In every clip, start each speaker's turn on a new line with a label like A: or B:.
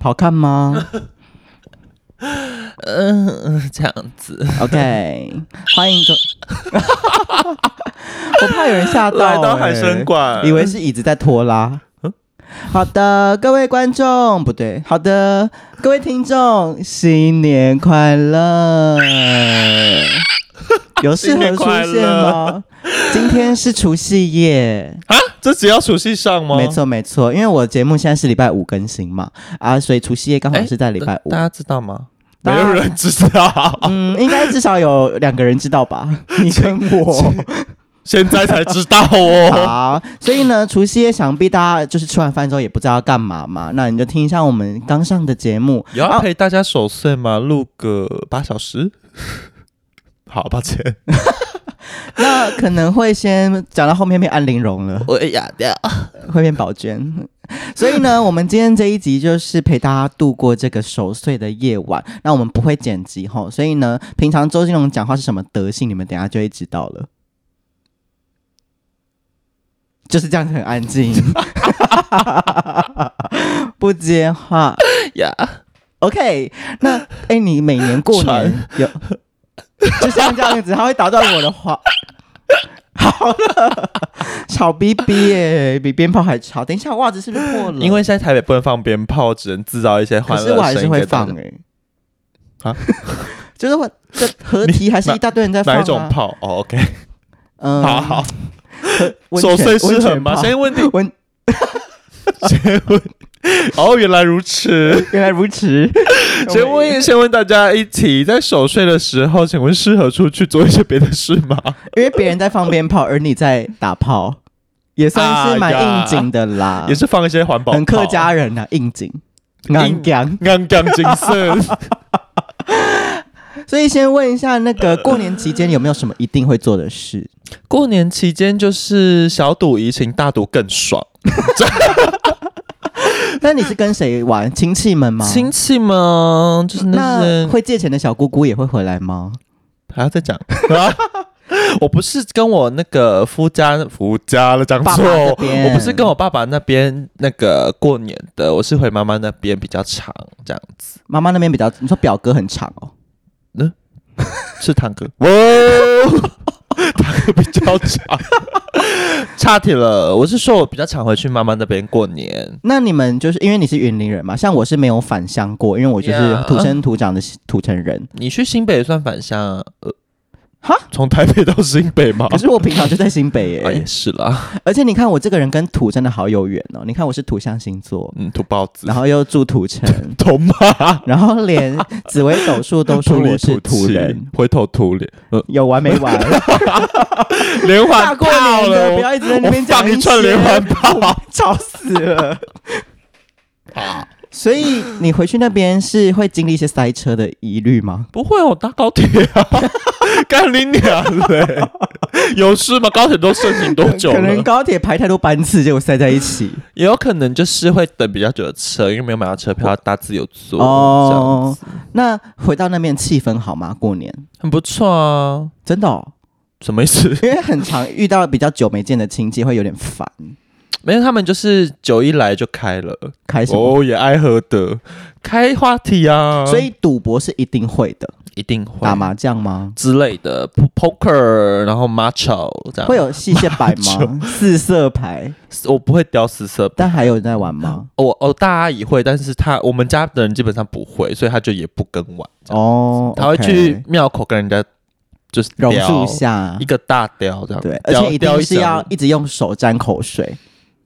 A: 好看吗
B: 嗯、嗯这样 子。
A: ？OK，欢迎走。 我怕有人吓到、
B: 来到海参
A: 欸
B: 馆，嗯
A: 以为是椅子在拖拉。好的，各位观众，不对，好的，各位听众，新年快 乐！有适
B: 新
A: 合
B: 年
A: 出
B: 快
A: 现吗？今天是除夕夜，
B: 啊，这只要除夕上吗？
A: 没，错没错，因为我节目现在是礼拜五更新嘛，啊，所以除夕夜刚好是在礼拜五
B: 大。家知道吗？没
A: 大家
B: 有人知 道，
A: 嗯，应该至少有两个人知道吧？你跟我。
B: 现在才知道哦。
A: 好，所以呢，除夕夜想必大家就是吃完饭之后也不知道要干嘛嘛，那你就听一下我们刚上的节目。
B: 有要陪大家守岁吗？录个八小时。 好，抱歉，
A: 那可能会先讲到后面变安陵容了，
B: 我也哑掉。
A: 会变宝娟。 所以呢，我们今天这一集就是陪大家度过这个守岁的夜晚。那我们不会剪辑吼，所以呢，平常周金龙讲话是什么德性，你们等一下就会知道了。就是这样，很安静， 不接话。
B: 呀，
A: OK，那哎、诶你每年过年有，就像这样子，他会打断我的话。好了，吵逼逼耶，比鞭炮还吵。等一下，袜子是不是破了？
B: 因为现在台北不能放鞭炮，只能制造一些
A: 可
B: 欢乐
A: 是
B: 声
A: 我还是会
B: 给大
A: 放
B: 家
A: 哎、
B: 啊
A: 就是我这合体还是一大堆人在放、啊、
B: 哪一种？炮？哦，OK，
A: 嗯，
B: 好好，
A: 温泉
B: 守岁失衡
A: 温
B: 吗？
A: 泉炮
B: 先问定，
A: 温
B: 先问。 哦，原来如此。
A: 原来如 此。
B: 先问，先问大家一起，在守岁的时候，请问适合出去做一些别的事吗？
A: 因为别人在放鞭炮，而你在打炮，也算是蛮
B: 哎呀
A: 应景的啦，
B: 也是放一些环保，
A: 啊很客，家人呐、啊，应景。硬讲，
B: 刚刚精神。
A: 所以先问一下，那
B: 呃
A: 个过年期间有没有什么一定会做的 事？
B: 过年期间就是小赌怡情，大赌更爽。
A: 那你是跟谁玩？亲戚们吗？
B: 亲戚们就是那些
A: 那会借钱的小姑姑也会回来吗？
B: 还要再 讲。啊我不是跟我那个夫家夫家了，讲
A: 爸
B: 错
A: 爸那
B: 哦，
A: 边
B: 我不是跟我爸爸那边那个过年的，我是回妈妈那边比较长，这样子
A: 妈妈那边比较，你说表哥很长哦，
B: 是堂哥， 哇，堂哥比较长， 差题了。我是说我比较常回去妈妈那边过年，
A: 那你们就是因为你是云林人嘛？像我是没有返乡过，因为我就是
B: Yeah
A: 土生土长的土城人。
B: 你去新北也算返乡啊？呃，
A: 哈，
B: 从台北到新北吗？
A: 可是我平常就在新北耶、
B: 啊，也是啦，
A: 而且你看我这个人跟土真的好有缘哦。你看我是土象星 座，
B: 嗯，土包子，
A: 然，后又住土城
B: 头妈，
A: 然后连紫微斗数都说
B: 土
A: 我
B: 里
A: 是
B: 土
A: 土
B: 气
A: 人，，
B: 回头土脸，呃，
A: 有完没完？
B: 连
A: 大
B: 环
A: 过
B: 炮
A: 年
B: 了，
A: 的，
B: 我
A: 不要一直在那边讲
B: 放
A: 些
B: 一串连环， 炮，
A: 吵死了。
B: 啊
A: 所以你回去那边是会经历一些塞车的疑虑吗？
B: 不会，我搭高铁啊， 干你娘 嘞！有事吗？高铁都盛行多久
A: 可能
B: 了？
A: 高铁排太多班次，结果塞在一 起。
B: 也有可能就是会等比较久的车，因为没有买到车票，要搭自由座，这样
A: 哦
B: 子，
A: 那回到那边气氛好吗？过年
B: 很不错啊。
A: 真的、哦，
B: 什么意思？
A: 因为很常遇到比较久没见的亲戚，会有点烦。
B: 没有，他们就是酒一来就开了，
A: 开什么？
B: 哦，也爱喝的，开话题啊，
A: 所以赌博是一定会的，
B: 一定会
A: 打麻将吗？
B: 之类的，po-，poker，然后 macho 这样，
A: 会有细线摆吗？四色牌，
B: 我不会屌死色
A: 但还有人在玩吗？
B: 我哦，大阿姨会，但是她我们家的人基本上不会，所以她就也不跟玩，
A: 哦，
B: 她会
A: OK
B: 去庙口跟人家就是
A: 榕
B: 雕
A: 树下
B: 一，个大雕这样，
A: 对，而
B: 雕
A: 且一
B: 雕
A: 定是
B: 整
A: 要一直用手沾口 水。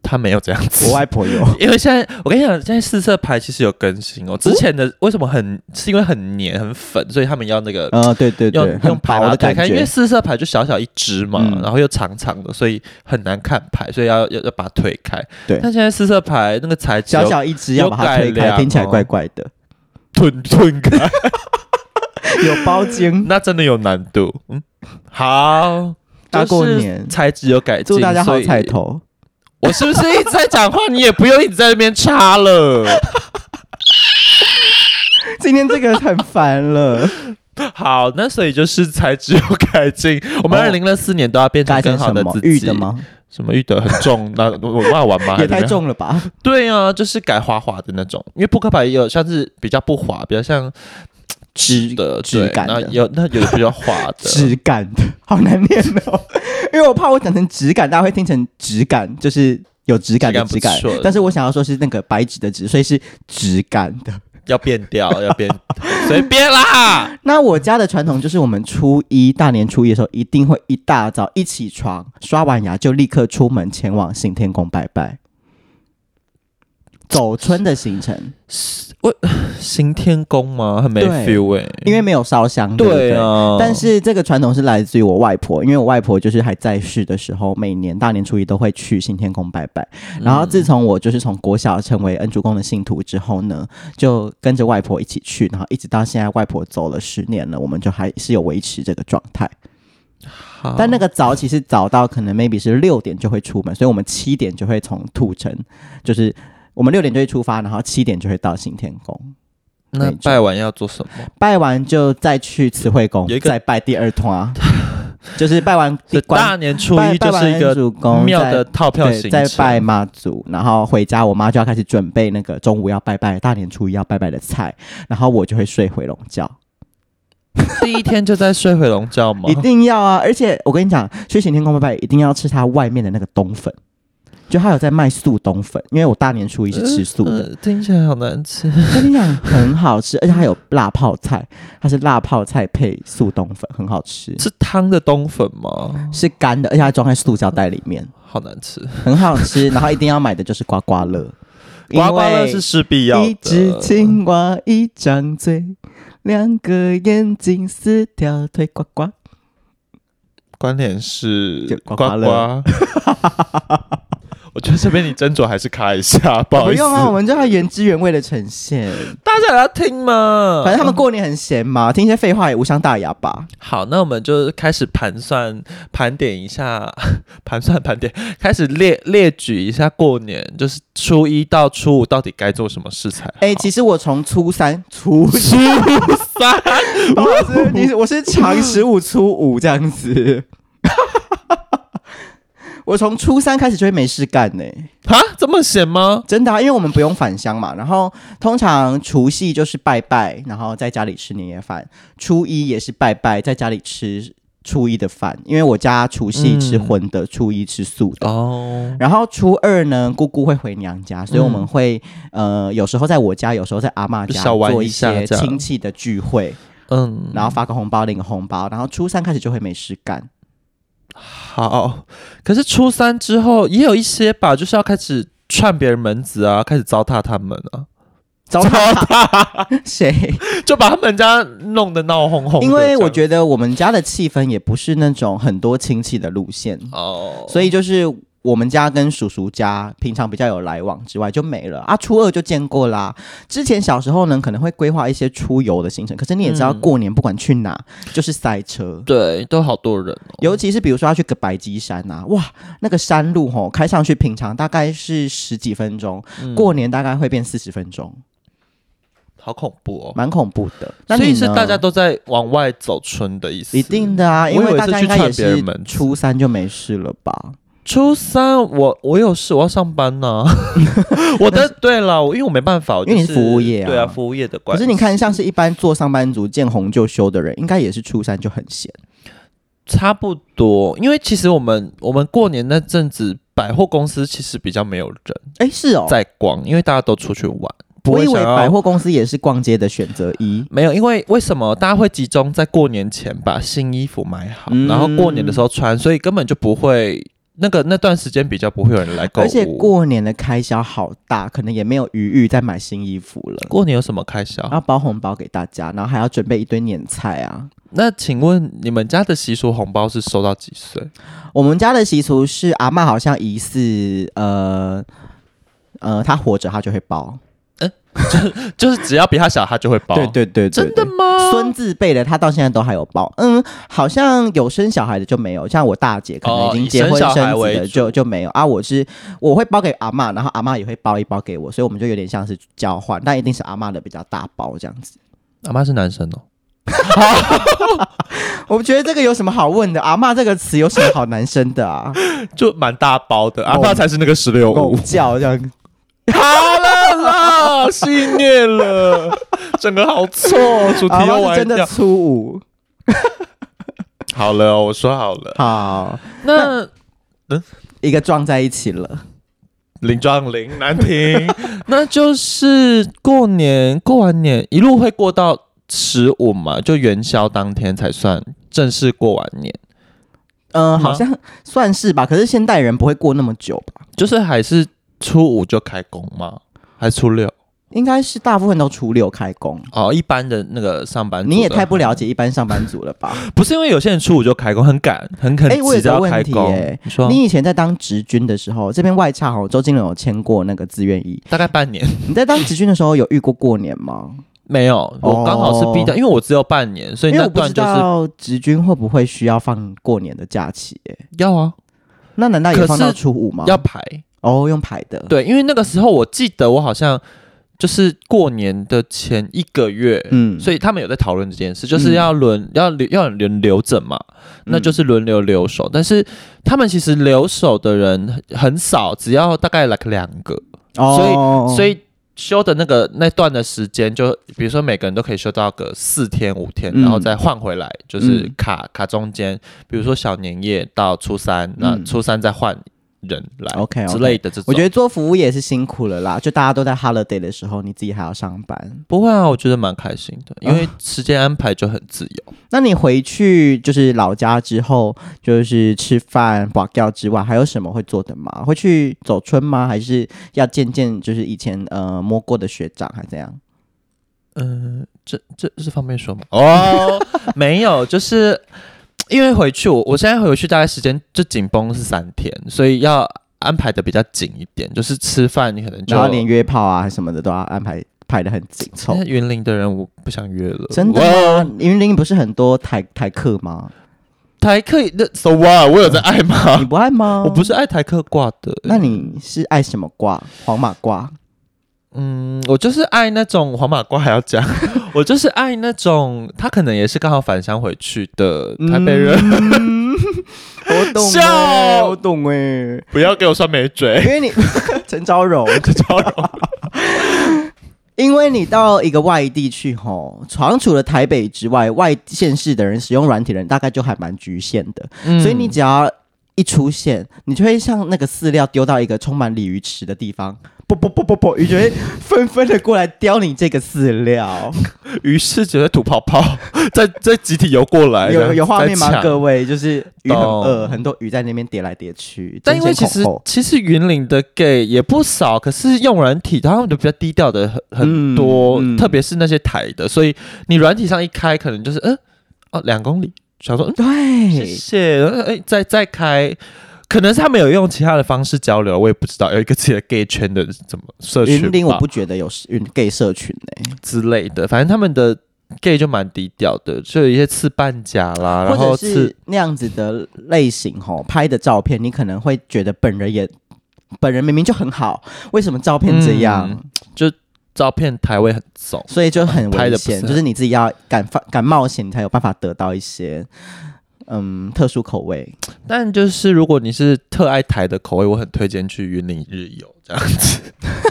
B: 她没有这样子
A: 我。外婆有，
B: 因为现在我跟你讲，现在四色牌其实有更新哦。之前的、为什么很是因为很黏很粉，所以他们要那个、
A: 呃，对对
B: 用
A: 对，很
B: 用牌
A: 薄
B: 把它
A: 的
B: 推
A: 感
B: 开，因为
A: 觉。
B: 四色牌就小小一只嘛，
A: 嗯
B: 然后又长长的，所以很难看牌，所以要要要把它推开。
A: 对
B: 但现在四色牌那个材质
A: 小小一只要把它推
B: 有改
A: 开，
B: 良
A: 听起来
B: 哦
A: 怪怪的，
B: 吞吞开。
A: 有包浆。
B: 那真的有难度。嗯，好，
A: 大过
B: 就是
A: 年
B: 材质有改进，
A: 祝大家好彩
B: 所以
A: 头。
B: 我是不是一直在讲话？你也不用一直在那边插了。
A: 今天这个很烦 了，
B: 好，那所以就是材质有改进，我们
A: 哦
B: 二零二四年都要变成
A: 改
B: 更
A: 成
B: 好
A: 什
B: 的
A: 么
B: 自己。
A: 玉的？吗？
B: 什么玉德很重， 那我我骂完吗？
A: 也太
B: 还是怎么样。
A: 重了吧？
B: 对啊，就是改滑滑的那种，因为扑克牌也有像是比较不滑，比较像
A: 质
B: 的
A: 质
B: 对
A: 感的
B: 那有那有比较滑的，
A: 质感的，好难念哦。因为我怕我讲成质感，大家会听成质感，就是有质感的质
B: 质
A: 感
B: 感不错。
A: 但是我想要说是那个白纸的纸，所以是质感的。
B: 要变调，要变随 便啦。
A: 那我家的传统就是，我们初一大年初一的时候，一定会一大早一起床，刷完牙就立刻出门前往行天宫拜拜。走村的行程，
B: 行天宫吗？很没
A: 对
B: feel 哎、
A: 因为没有烧香，对不
B: 对啊，
A: 但是这个传统是来自于我外婆，因为我外婆就是还在世的时候，每年大年初一都会去行天宫拜拜。然后自从我就是从国小成为恩主公的信徒之后呢，就跟着外婆一起去，然后一直到现在外婆走了十年了，我们就还是有维持这个状态。
B: 好
A: 但那个早起是早到可能 maybe 是六点就会出门，所以我们七点就会从土城，就是我们六点就会出发，然后七点就会到行天宫。
B: 那
A: 那种
B: 拜完要做什么？
A: 拜完就再去慈惠宫
B: 有一，个
A: 再拜第二团， 就是拜完第
B: 这
A: 关
B: 大年初
A: 拜
B: 一就是一个
A: 主公
B: 妙的套票
A: 对，
B: 行
A: 再拜
B: 程，
A: 妈祖，然后回家，我妈就要开始准备那个中午要拜拜、大年初一要拜拜的菜，然后我就会睡回笼觉，
B: 第一天就在睡回笼觉吗
A: 一？定要啊！而且我跟你讲，去行天宫拜拜一定要吃它外面的那个冬粉，就它有在卖素冬粉，因为我大年初一是吃素的，
B: 呃听起来好难吃。
A: 我跟你讲很好吃，而且它有辣泡菜，它是辣泡菜配素冬粉，很好吃。
B: 是汤的冬粉吗？
A: 是干的，而且它装在塑胶袋里面，
B: 好难吃，
A: 很好吃。然后一定要买的就是刮刮乐，
B: 刮刮乐
A: 因为
B: 是势必要
A: 一只
B: 的。
A: 青蛙，一张嘴，两个眼睛，四条腿，呱呱。
B: 关联是
A: 就刮
B: 刮
A: 刮乐
B: 刮。 我觉得这边你斟酌还是卡一 下，不好意思。
A: 用啊，我们就要原汁原味的呈 现。
B: 大家有要听吗？
A: 反正他们过年很闲嘛，听一些废话也无伤大雅 吧。
B: 好，那我们就开始盘算、盘点一下， 盘算、盘点，开始列列举一下过年，就是初一到初五到底该做什么事才好。
A: 哎、其实我从初三、初
B: 初三，
A: 我是你我是长十五初五这样子。 我从初三开始就会没事干呢、
B: 哈，这么闲吗？
A: 真的、啊，因为我们不用返乡嘛。然后通常除夕就是拜拜，然后在家里吃年夜饭；初一也是拜拜，在家里吃初一的饭。因为我家除夕吃荤的，初一吃素的。
B: 哦，
A: 然后初二呢，姑姑会回娘家，所以我们会、呃，有时候在我家，有时候在阿嬷家
B: 小玩
A: 做
B: 一下
A: 些
B: 这样
A: 亲戚的聚会，
B: 嗯，
A: 然后发个红包领个红包。然后初三开始就会没事干，
B: 好。可是初三之后也有一些吧，就是要开始串别人门子啊，开始糟蹋他们啊，
A: 糟蹋 谁？
B: 就把他们家弄得闹哄哄的这样。
A: 因为我觉得我们家的气氛也不是那种很多亲戚的路线，
B: 得哦，
A: 所以就是我们家跟叔叔家平常比较有来往之外就没了啊。初二就见过啦。之前小时候呢，可能会规划一些出游的行程，可是你也知道，
B: 嗯
A: 过年不管去哪、就是塞车。
B: 对，都好多人哦。
A: 尤其是比如说要去个白鸡山呐、哇，那个山路吼开上去，平常大概是十几分钟，
B: 嗯
A: 过年大概会变四十分钟，
B: 好恐怖哦。
A: 蛮恐怖的。那
B: 所
A: 你
B: 以
A: 呢
B: 是大家都在往外走春的意思。
A: 一定的啊，
B: 我以
A: 因
B: 为
A: 大家
B: 是
A: 应
B: 去
A: 该也
B: 串别
A: 是
B: 人门子
A: 初三就没事了吧？
B: 初三我，我有事，我要上 班呢、我的对了，我因为我没办法，我就
A: 因为你是服务业啊
B: 对啊，服务业的
A: 可
B: 关系。
A: 是你看，像是一般做上班族见红就休的人，应该也是初三就很闲。
B: 差不多，因为其实我们我们过年那阵子，百货公司其实比较没有人
A: 哎，是哦，
B: 在逛，因为大家都出去玩。不
A: 我
B: 会
A: 以为
B: 想要
A: 百货公司也是逛街的选择一。
B: 没有，因为为什么大家会集中在过年前把新衣服买好，
A: 嗯
B: 然后过年的时候穿，所以根本就不会那个那段时间比较不会有人来 购物。
A: 而且过年的开销好大，可能也没有余裕再买新衣服了，
B: 过年有什么开销？
A: 然后包红包给大家，然后还要准备一堆年菜啊。
B: 那请问你们家的习俗红包是收到几岁？
A: 我们家的习俗是阿嬷好像疑似呃呃，她活着她就会包，
B: 就是只要比他小，他就会包。
A: 对对对对
B: 真
A: 对
B: 的吗？
A: 孙子辈的，她到现在都还有包。嗯，好像有生小孩的就没有，像我大姐可能
B: 哦
A: 已经结婚
B: 以
A: 生
B: 生小孩
A: 子
B: 为主
A: 的就、就没有啊。我是我会包给阿嬷，然后阿嬷也会包一包给我，所以我们就有点像是交换，但一定是阿嬷的比较大包这样子。
B: 阿妈是男生哦，
A: 我觉得这个有什么好问的？阿嬷这个词有什么好难生的啊？
B: 就蛮大包的，阿爸才是那个十六
A: 狗
B: 五。
A: 叫这 样，
B: 好了啦，戏虐了，整个好错，主题
A: 阿
B: 又
A: 嬷是
B: 歪
A: 真的
B: 掉。
A: 粗鲁。
B: 好了，我说好了，
A: 好，
B: 那
A: 一个撞在一起了，
B: 林壮林难听， 那就是过年过完年一路会过到十五嘛，就元宵当天才算正式过完年，
A: 嗯、好
B: 吗
A: 像算是吧。可是现代人不会过那么久吧？
B: 就是还是初五就开工吗？还是初六？
A: 应该是大部分都初六开工。
B: 哦，一般的那个上班族的嗯
A: 你也太不了解一般上班族了吧？
B: 不是因为有些人初五就开工，很赶，很很
A: 哎我有
B: 急着要
A: 个问
B: 开
A: 题
B: 工。啊
A: 耶
B: 你说
A: 你以前在当职军的时候，这边外差哦，周金龙有签过那个自愿役。
B: 大概半年
A: 你在当职军的时候有遇过过年 吗？
B: 没有，我刚好是
A: 哦
B: B 站，因为我只有半年，所以
A: 因为
B: 那
A: 我不
B: 段
A: 知
B: 就是
A: 道职军会不会需要放过年的假期、耶
B: 要啊，
A: 那难道
B: 可
A: 也
B: 是
A: 放到初五吗？
B: 要排。
A: 哦，用排的。
B: 对，因为那个时候我记得我好像就是过年的前一个月，
A: 嗯
B: 所以他们有在讨论这件事，就是
A: 嗯
B: 要轮、要留要轮流整嘛，那就是轮流留守。但是他们其实留守的人很很少，只要大概 like 两个，
A: 哦
B: 所以休的那个那段的时间，就比如说每个人都可以休到个四天五天，
A: 嗯
B: 然后再换回来，就是
A: 嗯
B: 卡、卡中间，比如说小年夜到初三，那
A: 嗯
B: 初三再换人来
A: OK，OK
B: 之类的这种。
A: 我觉得做服务业是辛苦了啦，就大家都在 holiday 的时候，你自己还要上班。
B: 不会啊，我觉得蛮开心的，因为
A: 啊
B: 时间安排就很自由。
A: 那你回去就是老家之后，就是吃饭、拔掉之外，还有什么会做的吗？会去走春吗？还是要见见就是以前呃摸过的学长，还怎样？
B: 嗯、这这这方面说吗？哦， 没有，就是因为回去我我现在回去大概时间就紧绷是三天，所以要安排的比较紧一点，就是吃饭你可能就呃
A: 然后连约炮啊什么的都要安排排的很紧凑
B: 那。云林的人我不想约了，
A: 真的吗？云林不是很多台台客吗？
B: 台客那 so what？我有在爱
A: 你
B: 吗？
A: 不爱吗？
B: 啊我不是爱台客挂的，
A: 嗯那你是爱什么挂？黄马 挂？
B: 嗯，我就是爱那种黄马褂还 要讲，我就是爱那种他可能也是刚好返乡回去的台北人，
A: 嗯我懂、欸，
B: 笑
A: 我懂哎、
B: 不要给我算美
A: 因
B: 嘴，
A: 为你陈昭荣，
B: 这招容
A: 因为你到一个外地去吼，常除了台北之外，外县市的人使用软体的人大概就还蛮局限的，
B: 嗯
A: 所以你只要一出现，你就会像那个饲料丢到一个充满鲤鱼池的地方。啵啵啵啵 啵，鱼就会纷纷的过来叼你这个饲料，
B: 于是只会吐泡泡，在在集体游过来，
A: 有有画面
B: 哎在
A: 吗？
B: 抢
A: 各位，就是鱼很饿，
B: 懂
A: 很多鱼在那边叠来叠去，
B: 但因为其
A: 争先
B: 实
A: 恐后
B: 其实云岭的 gay 也不少，可是用软体他们都比较低调的很很多，
A: 嗯嗯
B: 特别是那些台的，所以你软体上一开，可能就是嗯哦两公里，想说嗯谢
A: 对，
B: 谢，然后哎、再再开。可能是他们有用其他的方式交流，我也不知道有一个自己的 gay 圈的怎么社群吧，
A: 云林我不觉得有云 gay 社群欸呢、
B: 之类的，反正他们的 gay 就蛮低调的，就有一些刺半甲啦，
A: 或者
B: 然后刺
A: 是那样子的类型吼，拍的照片你可能会觉得本人也本人明明就很好，为什么照片这样？
B: 嗯照片台位很重，
A: 所以就很
B: 拍
A: 危
B: 得不是
A: 险，
B: 很
A: 就是你自己要敢发敢冒险，你才有办法得到一些嗯特殊口味。
B: 但就是如果你是特爱台的口味，我很推荐去云林日游这样子，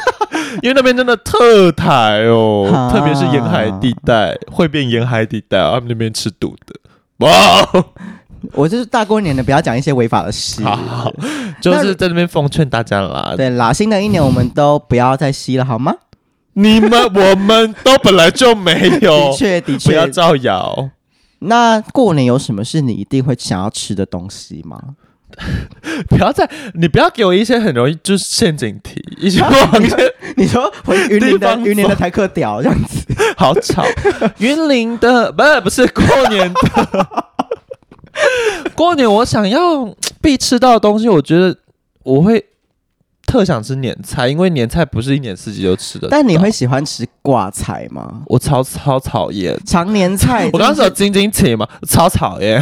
B: 因为那边真的特台哦
A: 啊，
B: 特别是沿海地带，会变沿海地带，他们那边吃毒的。哇，
A: 我就是大过年的，不要讲一些违法的 事。
B: 好好好就是在那边奉劝大家啦，
A: 对啦，新的一年我们都不要再吸了，好吗？
B: 你们我们都本来就没
A: 的
B: 有，
A: 确，的
B: 不要
A: 确。
B: 造谣。
A: 那过年有什么是你一定会想要吃的东西 吗？
B: 不要再，你不要给我一些很容易就是陷阱题，一 些往些
A: 你说回云林
B: 地
A: 的
B: 方
A: 云林的
B: 走
A: 台客屌这 样子，
B: 好 吵。云林的不是不是过年的， 过年我想要必吃到的东西，我觉得我会特想吃年菜，因为年菜不是一年四季都吃的。
A: 但你会喜欢吃挂菜吗？
B: 我超超 讨厌。
A: 常年菜，
B: 我刚刚说晶晶体嘛，超讨厌，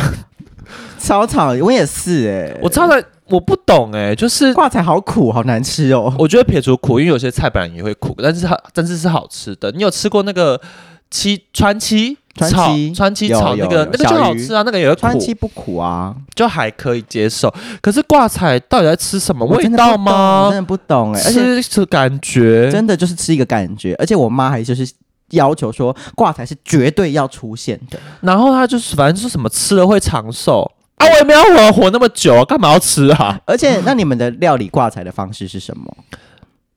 A: 草草，我也是哎、
B: 我超讨厌，我不懂哎、就是
A: 挂菜好苦，好难吃哦。
B: 我觉得撇除苦，因为有些菜本来也会苦，但是它但是是好吃的。你有吃过那个七川七
A: 川
B: 炒
A: 七
B: 川七
A: 有
B: 炒那
A: 有
B: 个
A: 有
B: 那个就
A: 小
B: 好
A: 鱼
B: 吃啊，那个也会苦
A: 川，崎不苦啊，
B: 就还可以接受。可是挂彩到底在吃什么
A: 我
B: 味
A: 真的不
B: 道
A: 懂我
B: 吗？
A: 真的不懂哎、而且
B: 吃是感觉，
A: 真的就是吃一个感觉，而且我妈还就是要求说挂彩是绝对要出现的，
B: 然后他就是反正是什么吃了会长 寿啊，我也没有活活那么久啊，干嘛要吃啊？
A: 而 且那你们的料理挂彩的方式是什么？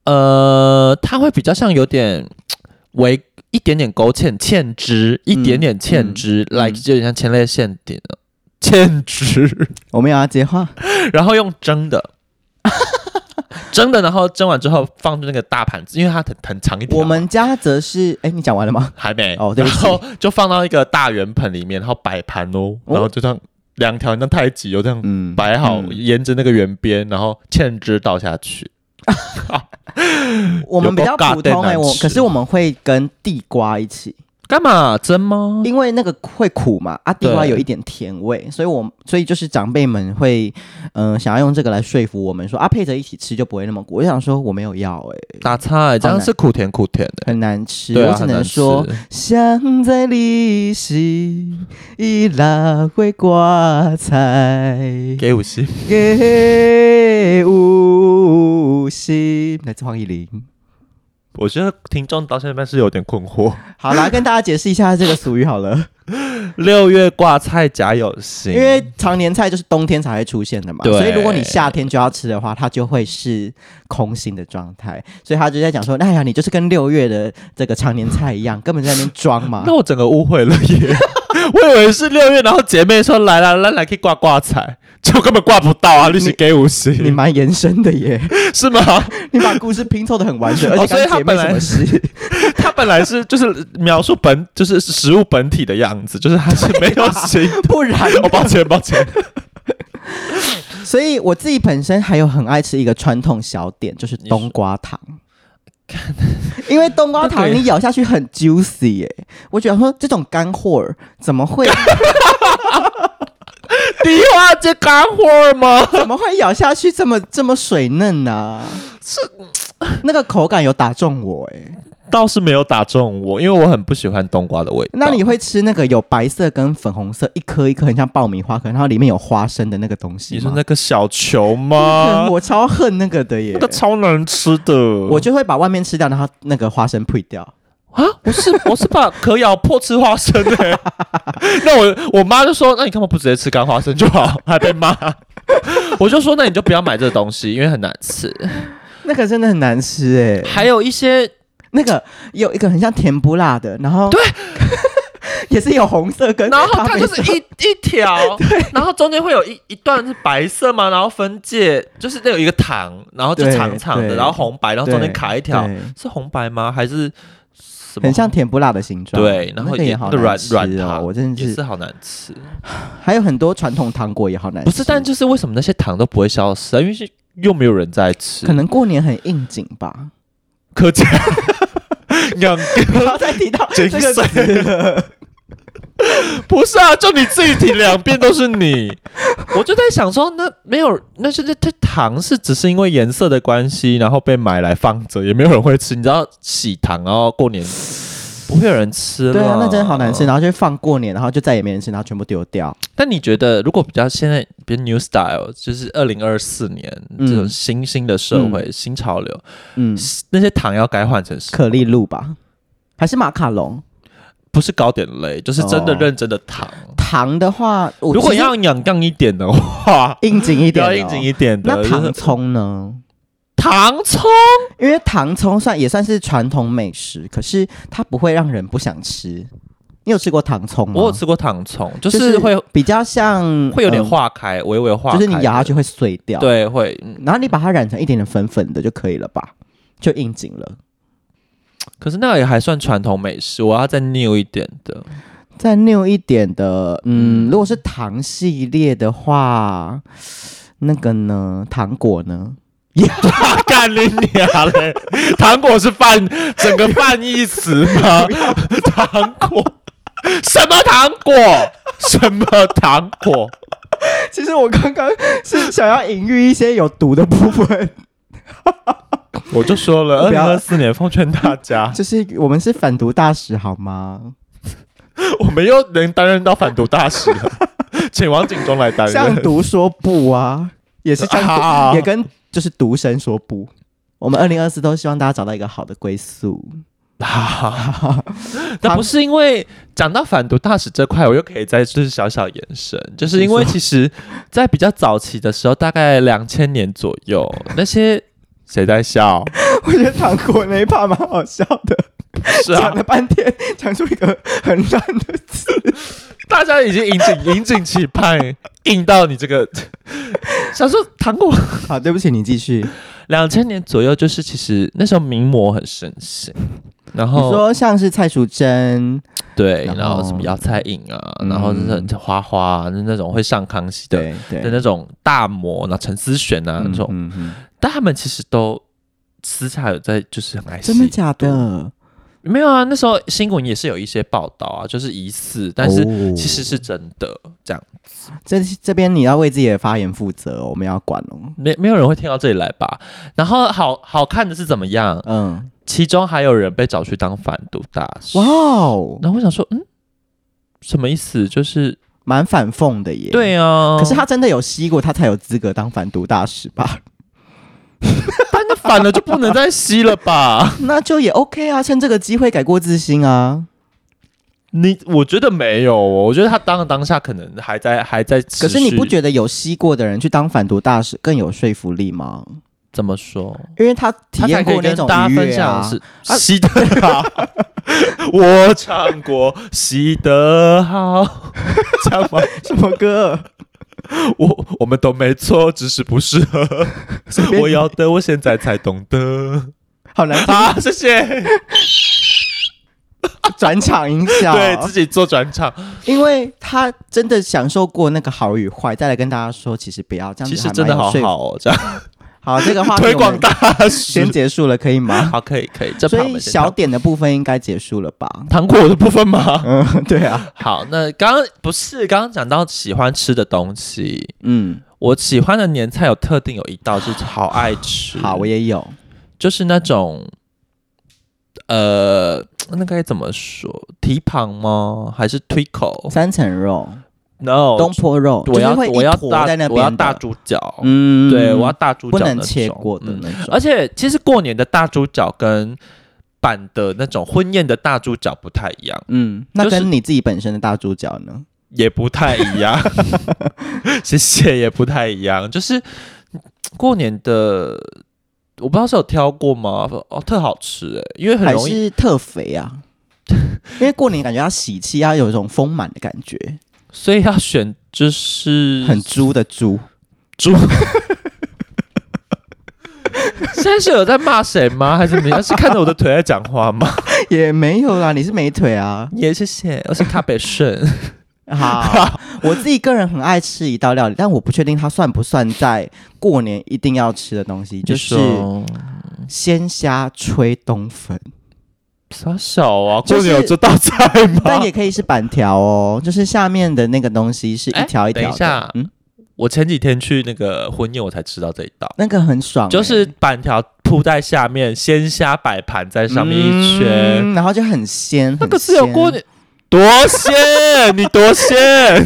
B: 呃，它会比较像有点为一点点勾芡芡汁，一点点芡汁，
A: 嗯
B: 来、
A: 嗯
B: 就有点像前列腺点的芡汁，
A: 我们也要接话，
B: 然后用蒸的。 蒸的，然后蒸完之后放进那个大盘子，因为它很很长一条嘛，
A: 我们家则是哎，你讲完了吗？
B: 还没
A: 哦对
B: 然
A: 不起
B: 后就放到一个大圆盆里面，然后摆盘哦，
A: 哦
B: 然后就这样两条像太极哦这样
A: 嗯，
B: 摆好，
A: 嗯
B: 沿着那个圆边，然后芡汁倒下去。
A: 我们比较
B: 有够尬
A: 普通哎、
B: 但难
A: 我
B: 吃
A: 可是我们会跟地瓜一起，
B: 干嘛蒸吗？
A: 因为那个会苦嘛，啊，地瓜
B: 哦对
A: 有一点甜味，所以我所以就是长辈们会嗯、呃想要用这个来说服我们说啊，配着一起吃就不会那么苦。我想说我没有要哎、
B: 打菜这样是苦甜苦甜的、
A: 很难吃，
B: 对啊，
A: 我只
B: 很难
A: 能
B: 吃
A: 说。香在里是一拉会挂彩，
B: 给五星，
A: 给五星， 来自黄以玲。
B: 我觉得听众到现在是有点困惑。
A: 好啦，跟大家解释一下这个俗语好了，
B: 六月挂菜甲有心，
A: 因为常年菜就是冬天才会出现的嘛，
B: 对
A: 所以如果你夏天就要吃的话，它就会是空心的状态，所以他就在讲说，哎呀，你就是跟六月的这个常年菜一样，根本在那边装 嘛
B: 那。我整个误会了耶。啊 我以为是六月，然后姐妹说来来来来，可以挂挂彩， 就根本挂不到啊！律师给五
A: 你
B: 星
A: 蛮延伸的耶，
B: 是吗？
A: 你把故事拼凑的很完 整，而
B: 哦
A: 且
B: 所
A: 跟
B: 以他
A: 姐妹
B: 本来
A: 什么事？
B: 他本来是就是描述本就是食物本体的样子，就是它是没有形
A: 不然
B: 哦，抱歉抱 歉，
A: 所以我自己本身还有很爱吃一个传统小点，就是冬瓜糖。 因为冬瓜
B: 那
A: 糖
B: 个
A: 你咬下去很 juicy 耶、我觉得说这种干货儿怎么会
B: 迪化街干货 吗？
A: 怎么会咬下去这么这么水嫩呢、
B: 嗯
A: 是那个口感有打中我哎、
B: 倒是没有打中我，因为我很不喜欢冬瓜的味道。
A: 那你会吃那个有白色跟粉红色一颗一颗很像爆米花壳，然后里面有花生的那个东西
B: 你
A: 吗
B: 说？那个小球
A: 嗯
B: 吗？
A: 我超恨那个的耶
B: 那，个超难吃的，
A: 我就会把外面吃掉，然后那个花生配掉。
B: 啊，我是我是把壳咬破吃花生的、 那我我妈就说，那你干嘛不直接吃干花生就好？还被骂。我就说，那你就不要买这个东西，因为很难吃。
A: 那个真的很难吃哎、
B: 还有一些
A: 那个有一个很像甜不辣的，然后对， 也是有红色跟
B: 然后
A: 咖
B: 它
A: 啡
B: 就是
A: 色
B: 一一 条，然后中间会有一一段是白色嘛，然后分界就是那有一个糖，然后就
A: 对
B: 长长的，
A: 对
B: 然后红白，然后中间卡一条，
A: 对
B: 是红白吗？还是什么？
A: 很像甜不辣的形状。
B: 对，然后
A: 那个也
B: 那
A: 好
B: 个
A: 难
B: 软
A: 吃
B: 软
A: 哦，
B: 糖，
A: 我真的
B: 也
A: 是
B: 是好难吃。
A: 哎还有很多传统糖果也好难吃。
B: 不是，但就是为什么那些糖都不会消失啊？因为是又没有人在吃
A: 可，能过年很应景 吧。
B: 可见两
A: 不
B: 个
A: 要再提到这
B: 精
A: 个词
B: 髓
A: 了。
B: 不是啊，就你自己提两遍都是 你，我就在想说，那没有，那是那它糖是只是因为颜色的关系，然后被买来放着，也没有人会吃。你知道喜糖，然后过年 不会有人吃了，
A: 对啊，那真的好难吃，。然后就放过年，然后就再也没人吃，然后全部丢掉。
B: 但你觉得，如果比较现在比如 New Style，就是二零二四年、
A: 嗯
B: 这种新兴的社会、新潮流，
A: 嗯，
B: 那些糖要该换成什么
A: 可丽露吧，还是马卡龙？
B: 不是糕点类，就是真的
A: 哦
B: 认真的糖。
A: 糖的话，我
B: 如果
A: 其实
B: 要养杠一点的话，
A: 应景一点哦，
B: 要应景一点的，
A: 那
B: 就
A: 糖
B: 是
A: 葱呢？
B: 糖葱。
A: 因为糖葱算也算是传统美食，可是它不会让人不想吃。你有吃过糖葱吗？
B: 我有吃过糖葱，就嗯
A: 就是
B: 会
A: 比较像
B: 会有点
A: 嗯
B: 化开，微微化开
A: 就
B: 的，
A: 是你咬下去会碎掉。，
B: 对，会。嗯
A: 然后你把它染成一点点粉粉的就可以了吧？就应景了。
B: 可是那个也还算传统美食，我要再 new 一点的。
A: 再溜一点的，嗯，如果是糖系列的话，那个呢，糖果呢？
B: 干你娘嘞！糖果是泛整个泛义词吗？ 糖果什么糖果？什么糖果？
A: 其实我刚刚是想要隐喻一些有毒的部分。
B: 我就说了，二
A: 不
B: 零
A: 要
B: 二四年奉劝大 家，
A: 就是我们是反毒大使好 吗？
B: 我们又能担任到反毒大使了，请王警钟来担
A: 向
B: 任。
A: 毒说不啊，也是向毒、
B: 啊
A: 也跟就是毒神说不。我们二零二四都希望大家找到一个好的归宿。
B: 啊！但不是因为讲到反毒大使这块，我又可以再就是小小延伸，就是因为其实，在比较早期的时候，大概两千年左右，
A: 嗯
B: 那些谁在笑？
A: 我觉得糖果那一趴蛮好笑的，
B: 是 啊
A: 讲，了半天讲出一个很烂的词，
B: 大家已经引颈引颈期盼，引到你 这个，想说糖果
A: 好，对不起，你继续。
B: 两千年左右，就是其实那时候名模很盛行，然
A: 你
B: 后
A: 说像是蔡淑珍，
B: 对，
A: 然后
B: 然后什么姚彩颖啊，
A: 嗯
B: 然后就是花花、啊、就是那种会上康熙的
A: 对对
B: 的那种大模，然后陈思璇啊那种，
A: 嗯嗯嗯
B: 但他们其实都私下有在就是很爱吸
A: 真的假的？
B: 没有啊，那时候新闻也是有一些报道啊，就是疑似，但是
A: 哦
B: 其实是真的这样，
A: 这这边你要为自己的发言负责哦、我们要管哦。
B: 没没有人会听到这里来吧？然后好好看的是怎么样？
A: 嗯，
B: 其中还有人被找去当反毒大使。
A: 哇哦，
B: 然后我想说，嗯，什么意思？就是
A: 蛮反讽的耶。、
B: 对啊，
A: 可是他真的有吸过，他才有资格当反毒大使吧？
B: 但那反了就不能再吸了吧？
A: 那就也 OK 啊，趁这个机会改过自新啊。
B: 你我觉得没有，哦，我觉得他当了当下可能还在还在
A: 可
B: 持续。
A: 是你不觉得有吸过的人去当反毒大使更有说服力吗？
B: 怎么说？
A: 因为他体
B: 他才
A: 验
B: 可以
A: 过那
B: 跟
A: 种
B: 大
A: 愉
B: 家分
A: 悦
B: 享
A: 啊。
B: 是 吸得 好，我唱过吸得好，这样吗？
A: 什么歌？
B: 我我们都没错，只是不适合。
A: 随便
B: 我
A: 你
B: 要的，我现在才懂得。
A: 好难听，
B: 好，谢谢。
A: 转场音效。
B: 对自己做转场，
A: 因为他真的享受过那个好与坏，再来跟大家说，其实不要这样
B: 其
A: 子，
B: 实真的好
A: 好。
B: 好哦，这样
A: 好，这个话题
B: 推
A: 我
B: 广
A: 们
B: 大
A: 先
B: 使。
A: 结束了，可以吗？
B: 好，可以可以，这
A: 所
B: 怕我
A: 以
B: 们先
A: 小
B: 谈
A: 点的部分应该结束了吧？
B: 糖果的部分吗？
A: 嗯， 对啊，
B: 好，那刚刚不是刚刚讲到喜欢吃的东西，
A: 嗯，
B: 我喜欢的年菜有特定有一道是好爱吃，
A: 好，我也有，
B: 就是那种，呃，那该怎么说？蹄膀吗？还是推口
A: 三层肉、
B: ？No，
A: 东坡肉，
B: 哦我要
A: 就是会一
B: 我要
A: 坨
B: 大
A: 在那边
B: 我要
A: 的
B: 大，猪脚，
A: 嗯
B: 对，我要大猪脚
A: 不能
B: 那
A: 切
B: 种
A: 过的
B: 嗯
A: 那种，
B: 而且其实过年的大猪脚跟版的那种婚宴的大猪脚不太一样，
A: 嗯，那
B: 就是
A: 跟你自己本身的大猪脚呢？
B: 也不太 一样，谢谢，也不太一样。就是嗯过年的，我不知道是有挑过吗？哦，特好吃哎、因为很
A: 还
B: 容易
A: 是特肥 啊？因为过年感觉要喜气，要有一种丰满的感觉，
B: 所以要选就是
A: 很猪的 猪。
B: 猪。现在是有在骂谁吗？还是你要是看着我的腿在讲 话吗？
A: 也没有啦，你是美腿啊。
B: 也谢谢，我是卡北顺。
A: 好，我自己个人很爱吃一道料理，但我不确定它算不算在过年一定要吃的东西，
B: 就
A: 就是
B: 说
A: 鲜虾吹冬 粉，
B: 傻小啊，
A: 就
B: 过
A: 是
B: 年有这道菜吗？
A: 但也可以是板条哦，就是下面的那个东西是一
B: 哎
A: 条一条
B: 等
A: 的。
B: 一下
A: 嗯，
B: 我前几天去那个婚宴，我才吃到这一道，
A: 那个很爽欸、
B: 就是板条铺在下面，鲜虾摆盘在上面一圈，
A: 欸嗯然后就很鲜。
B: 那
A: 很
B: 个是有
A: 鲜
B: 过年多鲜，你多 鲜，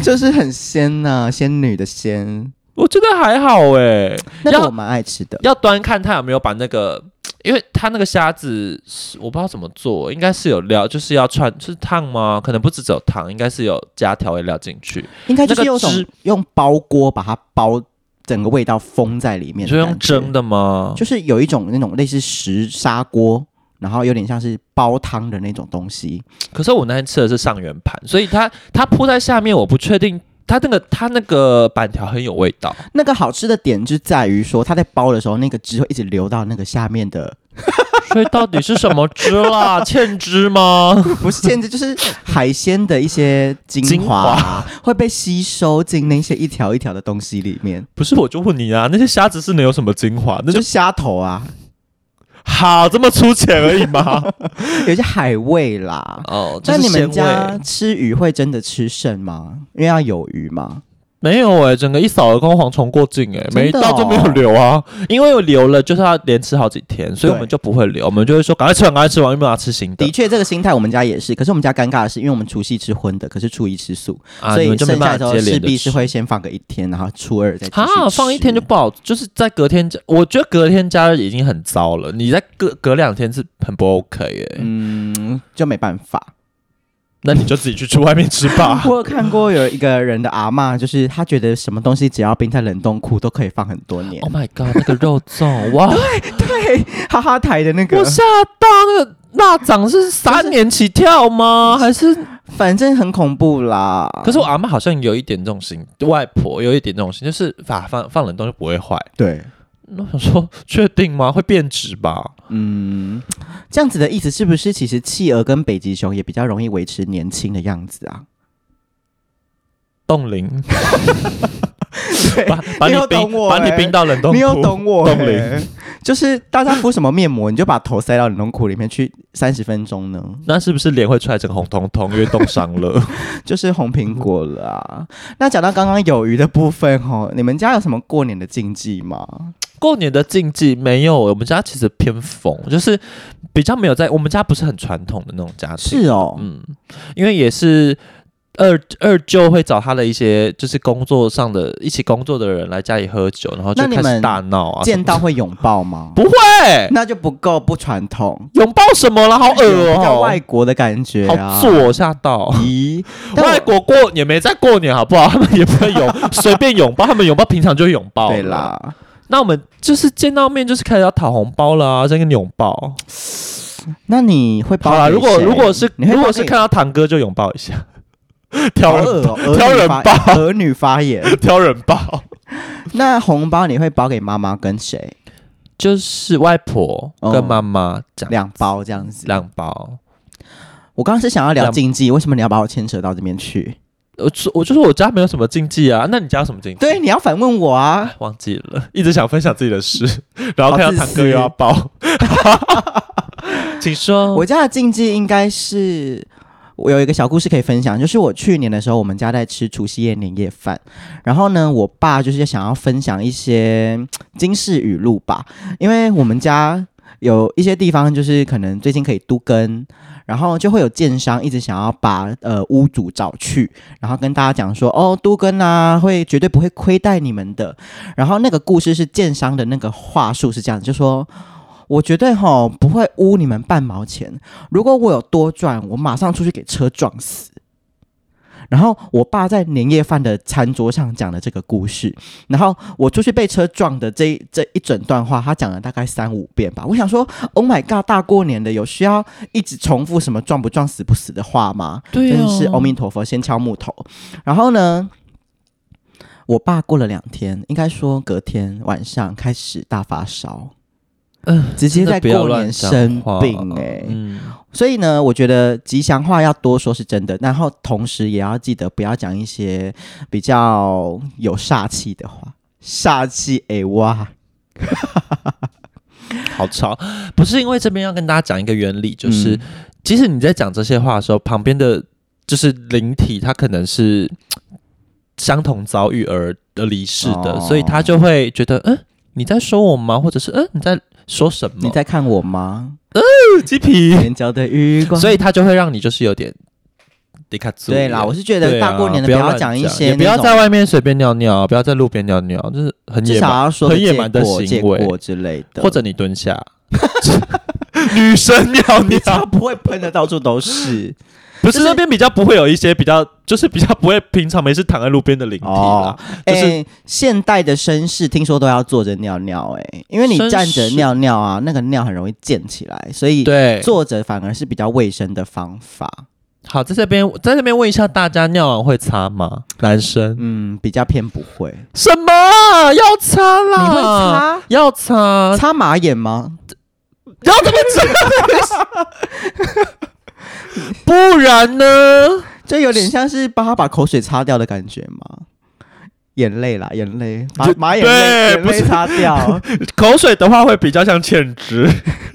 A: 就是很鲜呐、仙女的鲜，
B: 我觉得还好哎、
A: 那
B: 要
A: 个我蛮爱吃的。
B: 要端看他有没有把那个，因为他那个虾子是我不知道怎么做，应该是有料，就是要串是烫吗？可能不止只有烫，应该是有加调味料进去，
A: 应该就是
B: 那个
A: 用一种
B: 汁
A: 用包锅把它包，整个味道封在里
B: 你
A: 面。
B: 说用蒸
A: 的
B: 的吗
A: 感觉，？就是有一种那种类似石砂锅，然后有点像是煲汤的那种东西。
B: 可是我那天吃的是上圆盘，所以它它铺在下面，我不确定它那个它那个板条很有味道，
A: 那个好吃的点就在于说，它在煲的时候，那个汁会一直流到那个下面的，
B: 所以到底是什么汁 啦？芡汁吗？
A: 不是芡汁，就是海鲜的一些精华啊
B: 精华
A: 会被吸收进那些一条一条的东西里面，
B: 不是，我就问你啊，那些虾子是能有什么精华？那
A: 就
B: 就是
A: 虾头啊，
B: 好这么粗浅而已吗？
A: 有一些海味啦。
B: 哦，这
A: 那你
B: 是
A: 们
B: 鲜味
A: 家吃鱼会真的吃剩吗？因为要有鱼嘛。
B: 没有哎、整个一扫而空，蝗虫过境哎、
A: 真的
B: 每一道都没有
A: 哦
B: 留啊，因为留了就是要连吃好几天，所以我们
A: 对
B: 就不会
A: 嗯
B: 留，我们就会说赶快吃完，赶快吃完，因为我们要吃新的
A: 的。确，这个心态我们家也是。可是我们家尴尬的是，因为我们除夕吃荤的，可是初一吃素，
B: 啊，
A: 所
B: 你
A: 以
B: 们就没
A: 剩下
B: 办
A: 的时
B: 法
A: 候
B: 接
A: 势
B: 连着
A: 必是
B: 吃。
A: 会先放个一天，然后初二再继续
B: 啊，
A: 吃
B: 放一天就不好，就是在隔天加，我觉得隔天加热已经很糟了，你在隔隔两天是很不 OK 哎、
A: 嗯，就没办法。
B: 那你就自己去出外面吃 吧。
A: 嗯我有看过有一个人的阿嬷，就是她觉得什么东西只要冰在冷冻库都可以放很多年
B: Oh，my Oh god，那个肉粽哇，
A: 哈哈台的那个
B: 我，吓到那个那长是三年起跳吗？还是？
A: 反正很恐怖啦。
B: 可是我阿妈好像有一点这种心，外婆有一点这种心，就是把放放冷冻就不会坏。
A: 对，
B: 那我想说，确定吗？会变质吧？
A: 嗯，这样子的意思是不是其实企鹅跟北极熊也比较容易维持年轻的样子啊？
B: 冻龄，
A: 对
B: 把把
A: 你
B: 你
A: 有懂
B: 冰，
A: 我
B: 把你
A: 欸
B: 冰到冷冻
A: 你有
B: 库
A: 懂我、
B: 冻
A: 欸
B: 龄，？
A: 就是大家敷什么面膜，你就把头塞到冷冻库里面去三十分钟呢，
B: 那是不是脸会出来整个红彤彤，因为冻伤 了？
A: 就是红苹果了啊。那讲到刚刚有鱼的部分哦，你们家有什么过年的禁忌吗？
B: 过年的禁忌没有，我们家其实偏疯，就是比较没有在我们家不是很传统的那种家庭，
A: 是哦，
B: 嗯，因为也是二二舅会找他的一些就是工作上的一起工作的人来家里喝酒，然后就
A: 那你
B: 开
A: 们
B: 始大闹啊什么的，
A: 见到会拥抱吗？
B: 不会
A: 那就不够不传统，
B: 拥抱什么了，好恶
A: 有比较
B: 哦、
A: 外国的感觉啊。
B: 好作吓到。
A: 咦，但我
B: 外国过也没在过年好不好？他 们也不会拥 随便拥抱，他们拥抱平常就会拥抱。
A: 对，啦，
B: 那我们就是见到面就是开始要讨红包了啊，再跟你拥抱。
A: 那你会包
B: 好啦，
A: 给
B: 如果
A: 谁
B: 如果是
A: 你会
B: 如
A: 包
B: 果是
A: 给
B: 看到堂哥就拥抱一下， 挑
A: 好
B: 人
A: 恶哦
B: 挑人
A: 儿女
B: 抱
A: 发儿女发言，
B: 挑人抱，
A: 那红包你会包给妈妈跟谁？
B: 就是外婆跟妈妈讲
A: 哦两包这样子。
B: 两包。
A: 我刚刚是想要聊
B: 两
A: 禁忌，为什么你要把我牵扯到这边去？
B: 我就我就说我家没有什么禁忌啊，那你家有什么禁忌？哎
A: 对，你要反问我啊！
B: 忘记了，一直想分享自己的事，然后看到堂哥又要抱， 请说。
A: 我家的禁忌应该是。我有一个小故事可以分享，就是我去年的时候，我们家在吃除夕夜年夜饭，然后呢，我爸就是想要分享一些嗯经世语录吧，因为我们家有一些地方就是可能最近可以都更，然后就会有建商一直想要把呃屋主找去，然后跟大家讲说哦，都更啊会绝对不会亏待你们的，然后那个故事是建商的那个话术是这样，就说。我绝对吼不会污你们半毛钱。如果我有多赚，我马上出去给车撞死。然后我爸在年夜饭的餐桌上讲了这个故事，然后我出去被车撞的这一这一整段话，他讲了大概三五遍吧。我想说，Oh my god，大过年的有需要一直重复什么撞不撞、死不死的话吗？
B: 对哦
A: 真是哦阿弥陀佛，先敲木头。然后呢，我爸过了两天，应该说隔天晚上开始大发烧，
B: 嗯
A: 直接在
B: 真的不要
A: 过
B: 乱
A: 年
B: 讲
A: 生
B: 话
A: 病哎、
B: 嗯，
A: 所以呢，我觉得吉祥话要多说是真的，然后同时也要记得不要讲一些比较有煞气的话。煞气哎哇，
B: 好吵，不是因为这边要跟大家讲一个原理，就是、
A: 嗯
B: 即使你在讲这些话的时候，旁边的就是灵体，他可能是嘖相同遭遇而而离世的，
A: 哦
B: 所以他就会觉得，嗯，你在说我吗？或者是，嗯，你在说什么？
A: 你在看我吗？
B: 吐鸡皮，
A: 眼角的余光。
B: 所以他就会让你就是有点迪卡兹。
A: 对啦，我是觉
B: 对
A: 得
B: 啊
A: 大过年的
B: 不
A: 要
B: 乱
A: 讲一
B: 也
A: 些
B: 不
A: 那
B: 要
A: 种
B: 在外面随便尿尿，不要在路边尿尿，就是很
A: 至
B: 野
A: 少啊
B: 蛮，
A: 要说个
B: 很野蛮的
A: 借过
B: 行
A: 借
B: 为
A: 过之类的，
B: 或者你蹲下， 女生尿
A: 你
B: 尿
A: 知。道不会喷的到处都是
B: 不是
A: 就是
B: 那边比较不会有一些比较，就是比较不会平常没事躺在路边的灵体啦
A: 哦。。
B: 就
A: 哎、
B: 是
A: 现代的绅士听说都要坐着尿尿、哎，因为你
B: 绅
A: 站着
B: 士
A: 尿尿啊，那个尿很容易溅起来，所以
B: 对，
A: 坐着反而是比较卫生的方法。
B: 好，在这边在这边问一下大家，尿完会擦吗？男生
A: 嗯，比较偏不会。
B: 什么啊要擦啦？
A: 你会擦
B: 要擦，
A: 擦马眼吗？
B: 要怎么擦？不然呢？
A: 就有点像是帮他把口水擦掉的感觉吗？眼泪啦，眼泪把
B: 就
A: 把眼泪
B: 对
A: 眼
B: 不
A: 泪
B: 是
A: 擦掉，
B: 口水的话会比较像芡汁，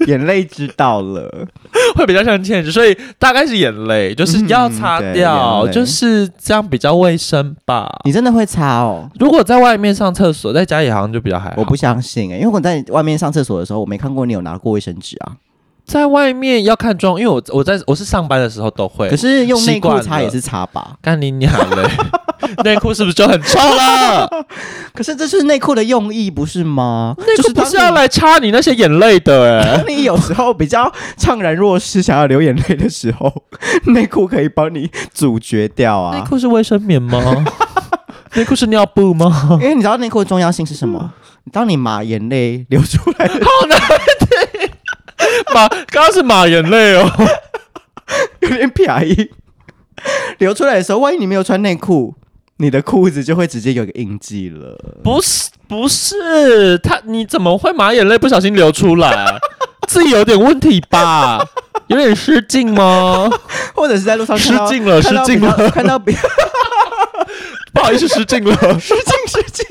A: 眼泪知道了，
B: 会比较像芡汁，所以大概是眼泪，就是要擦
A: 嗯对
B: 掉，
A: 眼泪
B: 就是这样比较卫生吧。
A: 你真的会擦哦？
B: 如果在外面上厕所，在家里好像就比较还好。
A: 我不相信哎、因为我在外面上厕所的时候，我没看过你有拿过卫生纸啊。
B: 在外面要看妆，因为我我在我是上班的时候都会
A: 可。是用内
B: 习
A: 裤
B: 惯
A: 擦
B: 了
A: 也是擦吧？
B: 干你娘嘞！ 内裤是不是就很臭了？
A: 可是这是内裤的用意不是吗？
B: 内
A: 就
B: 裤
A: 是
B: 不
A: 当
B: 是要
A: 你
B: 来擦你那些眼泪的、欸，
A: 当你有时候比较怅然若失，想要流眼泪的时候，内裤可以帮你阻绝掉
B: 内
A: 啊。
B: 裤是卫生棉 吗？内裤是尿布吗？ 好
A: 因为你知道内裤的重要性是什么？当你把眼泪流出来的，
B: 难听，马刚刚是马眼泪哦，
A: 有点便宜，流出来的时候，万一你没有穿内裤，你的裤子就会直接有一个印记了。
B: 不是不是，他你怎么会马眼泪不小心流出来？啊 自己有点问题吧？有点失禁吗？
A: 或者是在路上看到
B: 失禁了
A: 看到
B: 失禁了
A: 比较看到比较
B: 不好意思，失禁了。
A: 失敬失敬。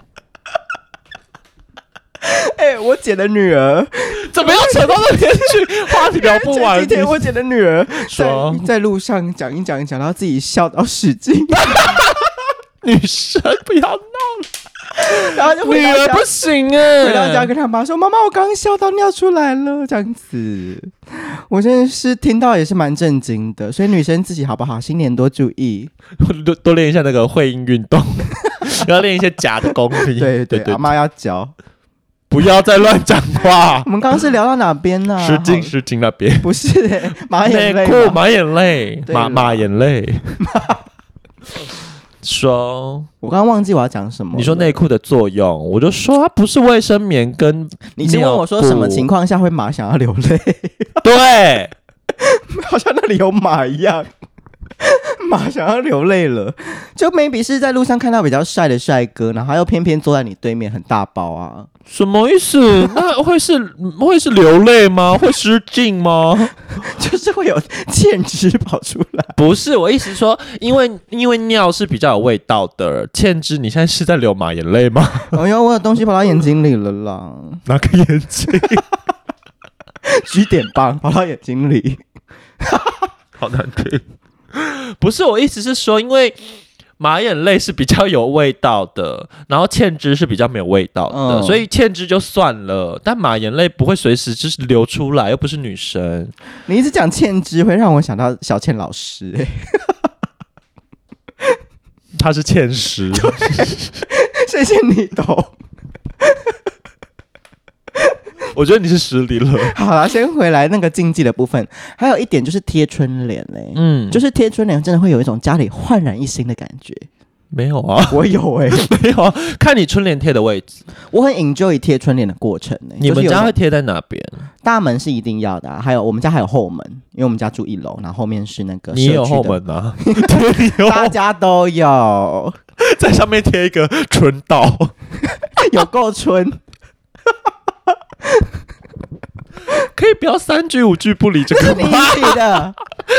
A: 哎、我姐的女儿，
B: 怎么又扯到那边去？话题聊不完
A: 前。几天我姐的女儿在
B: 说
A: 在路上讲一讲一讲，然后自己笑到失禁，
B: 女生不要闹
A: 然后就
B: 了，
A: 回
B: 女
A: 到
B: 儿
A: 家
B: 不，行哎、
A: 回到家跟她妈说：“妈妈，我刚刚笑到尿出来了。”这样子，我真的是听到也是蛮震惊的。所以女生自己好不好，新年多注意。
B: 多多练一下那个会阴运 动，然后练一些假的功力。
A: 对
B: 哎对
A: 对，阿妈要教。
B: 不要再乱讲 话
A: 我。们刚刚是聊到哪边呢、
B: 失
A: 好
B: 敬失敬那边，
A: 不是、 欸、马眼泪
B: 内裤
A: 吗。
B: 啊马眼泪，
A: 对
B: 马
A: 啦
B: 马眼泪。 说，
A: 我刚刚忘记我要讲什么了。
B: 你说内裤的作用，我就说它不是卫生棉 跟
A: 你先问我说什么情
B: 况？
A: 况下会马想要流泪，
B: 对，
A: 好像那里有马一样， 马想要流泪了。就 maybe 是在路上看到比较帅的帅哥，然后他又偏偏坐在你对面，很大包啊。
B: 什么意思？那会是会是流泪吗？会失禁吗？
A: 就是会有芡汁跑出 来，
B: 不是，我意思说，因为因为尿是比较有味道的。倩芝，你现在是在流马眼泪吗？
A: 哎呦，我有东西跑到眼睛里了啦！
B: 哪个眼睛？
A: 举点棒跑到眼睛里，
B: 好难听。 不是，我意思是说，因为马眼泪是比较有味道的，然后芡汁是比较没有味道的，
A: 嗯
B: 所以芡汁就算了，但马眼泪不会随时就是流出来，又不是女生。
A: 你一直讲芡汁，会让我想到小倩老师、欸，
B: 她是芡实，
A: 谢谢你懂。
B: 我觉得你是失礼了。
A: 好啦，先回来那个禁忌的部分，还有一点就是贴春联欸嘞、
B: 嗯，
A: 就是是贴春联，真的会有一种家里焕然一新的感 觉。
B: 没有啊，
A: 我有哎、
B: 没有啊，看你春联贴的位置，
A: 我很 enjoy 贴春联的过程呢、
B: 你
A: 就是
B: 们
A: 有
B: 家
A: 一
B: 会
A: 种
B: 贴在哪边？
A: 大门是一定要的、啊，还有我们家还有后门，因为我们家住一楼，然后后面是那个
B: 你
A: 社
B: 有
A: 区
B: 后
A: 的，
B: 门 啊？对，你 有
A: 大家都 有，
B: 在上面贴一个春道，
A: 有够春。
B: 可以不要三句五句不离这
A: 这是
B: 个
A: 你
B: 吗？
A: 起 的，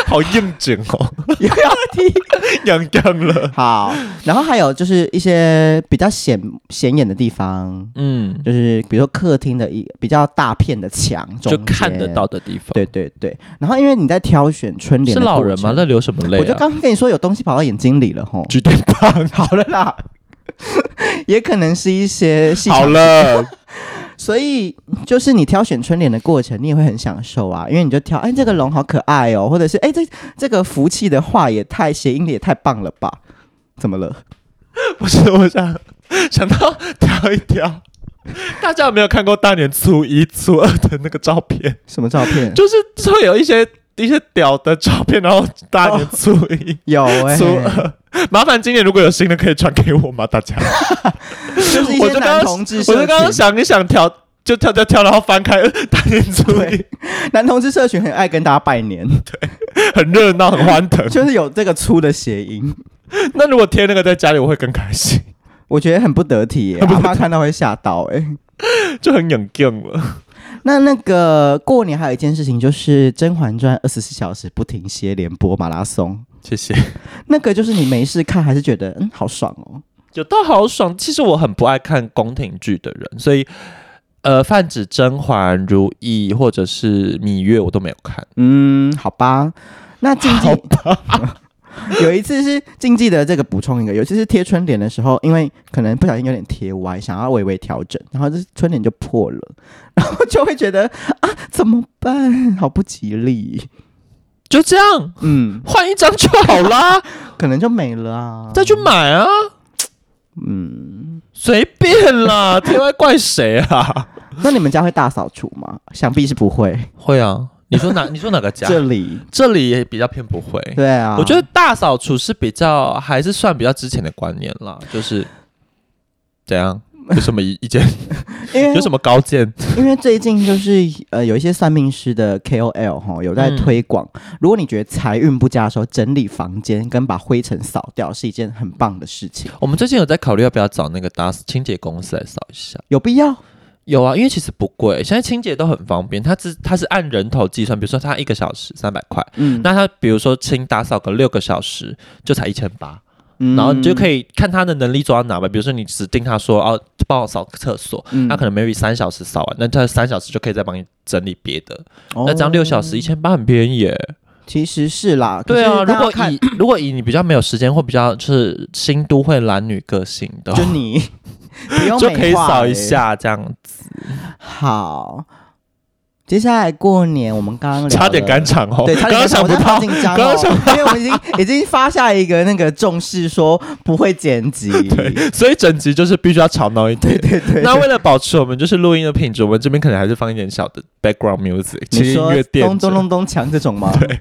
B: 好应景哦，
A: 有要踢。
B: 痒痒了。
A: 好，然后还有就是一些比较显显眼的地方，
B: 嗯，
A: 就是比如说客厅的一比较大片的墙中
B: 就
A: 间
B: 看得到。的地方。
A: 对对对，然后因为你在挑选春联
B: 是
A: 的
B: 老
A: 过
B: 人吗
A: 程？？
B: 那流什么泪、啊？
A: 我就刚跟你说有东西跑到眼睛里了 吼。
B: 举电棒。
A: 好了啦， 也可能是一些细
B: 好
A: 小，
B: 了，
A: 所以就是你挑选春联的过程，你也会很享受啊，因为你就挑，哎，这个龙好可爱哦，或者是哎，这这个福气的话也太谐音的也太棒了吧？怎么了？
B: 不是我想想到挑一挑。大家有没有看过大年初一、初二的那个照片？
A: 什么照片？
B: 就是会有一些一些屌的照片，然后大年初一、
A: 有哎、
B: 初二。哦麻烦今年如果有新的可以传给我吗？大家，
A: 就是一
B: 我
A: 些
B: 就刚
A: 男
B: 刚
A: 同志
B: 我就
A: 社
B: 刚刚
A: 群，
B: 想一想挑，就挑挑挑，然后翻开呃大年初一，
A: 男同志社群很爱跟大家拜年，
B: 很热闹，很欢腾。
A: 就是有这个粗的谐音，
B: 那如果贴那个在家里，我会更开心，
A: 我觉得很不得体、欸，
B: 很不
A: 阿
B: 得
A: 妈看到会吓到哎、
B: 就很冷静了。
A: 那那个过年还有一件事情，就是《甄嬛传》二十四小时不停歇连播马拉松，
B: 谢谢。
A: 那个就是你没事看，还是觉得嗯好爽哦。
B: 有到好爽。其实我很不爱看宫廷剧的人，所以呃，泛指《甄嬛》《如懿》或者是《芈月》，我都没有看。
A: 嗯，好吧。那禁忌 有一次是禁忌的这个补充一个，有一次是贴春联的时候，因为可能不小心有点贴歪，想要微微调整，然后这春联就破了，然后就会觉得啊怎么办？好不吉利。
B: 就这样，
A: 嗯，
B: 换一张就好 啦，
A: 可能就没了啊。
B: 再去买啊，
A: 嗯，
B: 随便啦，天外怪谁啊？
A: 那你们家会大扫除吗？想必是不会。
B: 会啊，你说 哪？你说哪个家？
A: 这里
B: 这里也比较偏不会。
A: 对啊，
B: 我觉得大扫除是比较还是算比较之前的观念啦，就是怎样有什么意意见，
A: 因为
B: 有什么高见？
A: 因为最近就是呃有一些算命师的 KOL 哈有在
B: 嗯
A: 推广，如果你觉得财运不佳的时候，整理房间跟把灰尘扫掉是一件很棒的事情，
B: 我们最近有在考虑要不要找那个打扫清洁公司来扫一下。
A: 有必要。
B: 有啊，因为其实不贵，现在清洁都很方便。它只它是按人头计算，比如说它一个小时三百块，
A: 嗯，
B: 那它比如说清打扫个六个小时就才一千八，
A: 嗯
B: 然后你就可以看他的能力做到哪吧。比如说你指定他说哦，帮我扫个厕所，
A: 嗯
B: 他可能 maybe 三小时扫完，那他三小时就可以再帮你整理别的。
A: 哦
B: 那这样六小时一千八很便宜耶。
A: 其实是啦，
B: 对啊，
A: 可是
B: 如
A: 大家
B: 果
A: 看
B: 以如果以你比较没有时间或比较是新都会男女个性的话，
A: 就 你不用
B: 就
A: 美
B: 可以
A: 化
B: 扫
A: 欸
B: 一。下这样，
A: 好，接下来过年我们刚刚聊
B: 差点
A: 了
B: 赶场哦，
A: 对，差点
B: 刚刚
A: 赶
B: 想
A: 上
B: 不
A: 我真的好
B: 到，
A: 紧张
B: 刚刚想
A: 哦，因为我们已经已经发下一个那个重视说不会剪辑， 对
B: 所以整集就是必须要吵闹一点。
A: 对对，
B: 那为了保持我们就是录音的品质，我们这边可能还是放一点小的 background music，轻
A: 你
B: 音
A: 说
B: 乐
A: 咚
B: 垫
A: 咚
B: 着，
A: 咚咚锵这种吗？对，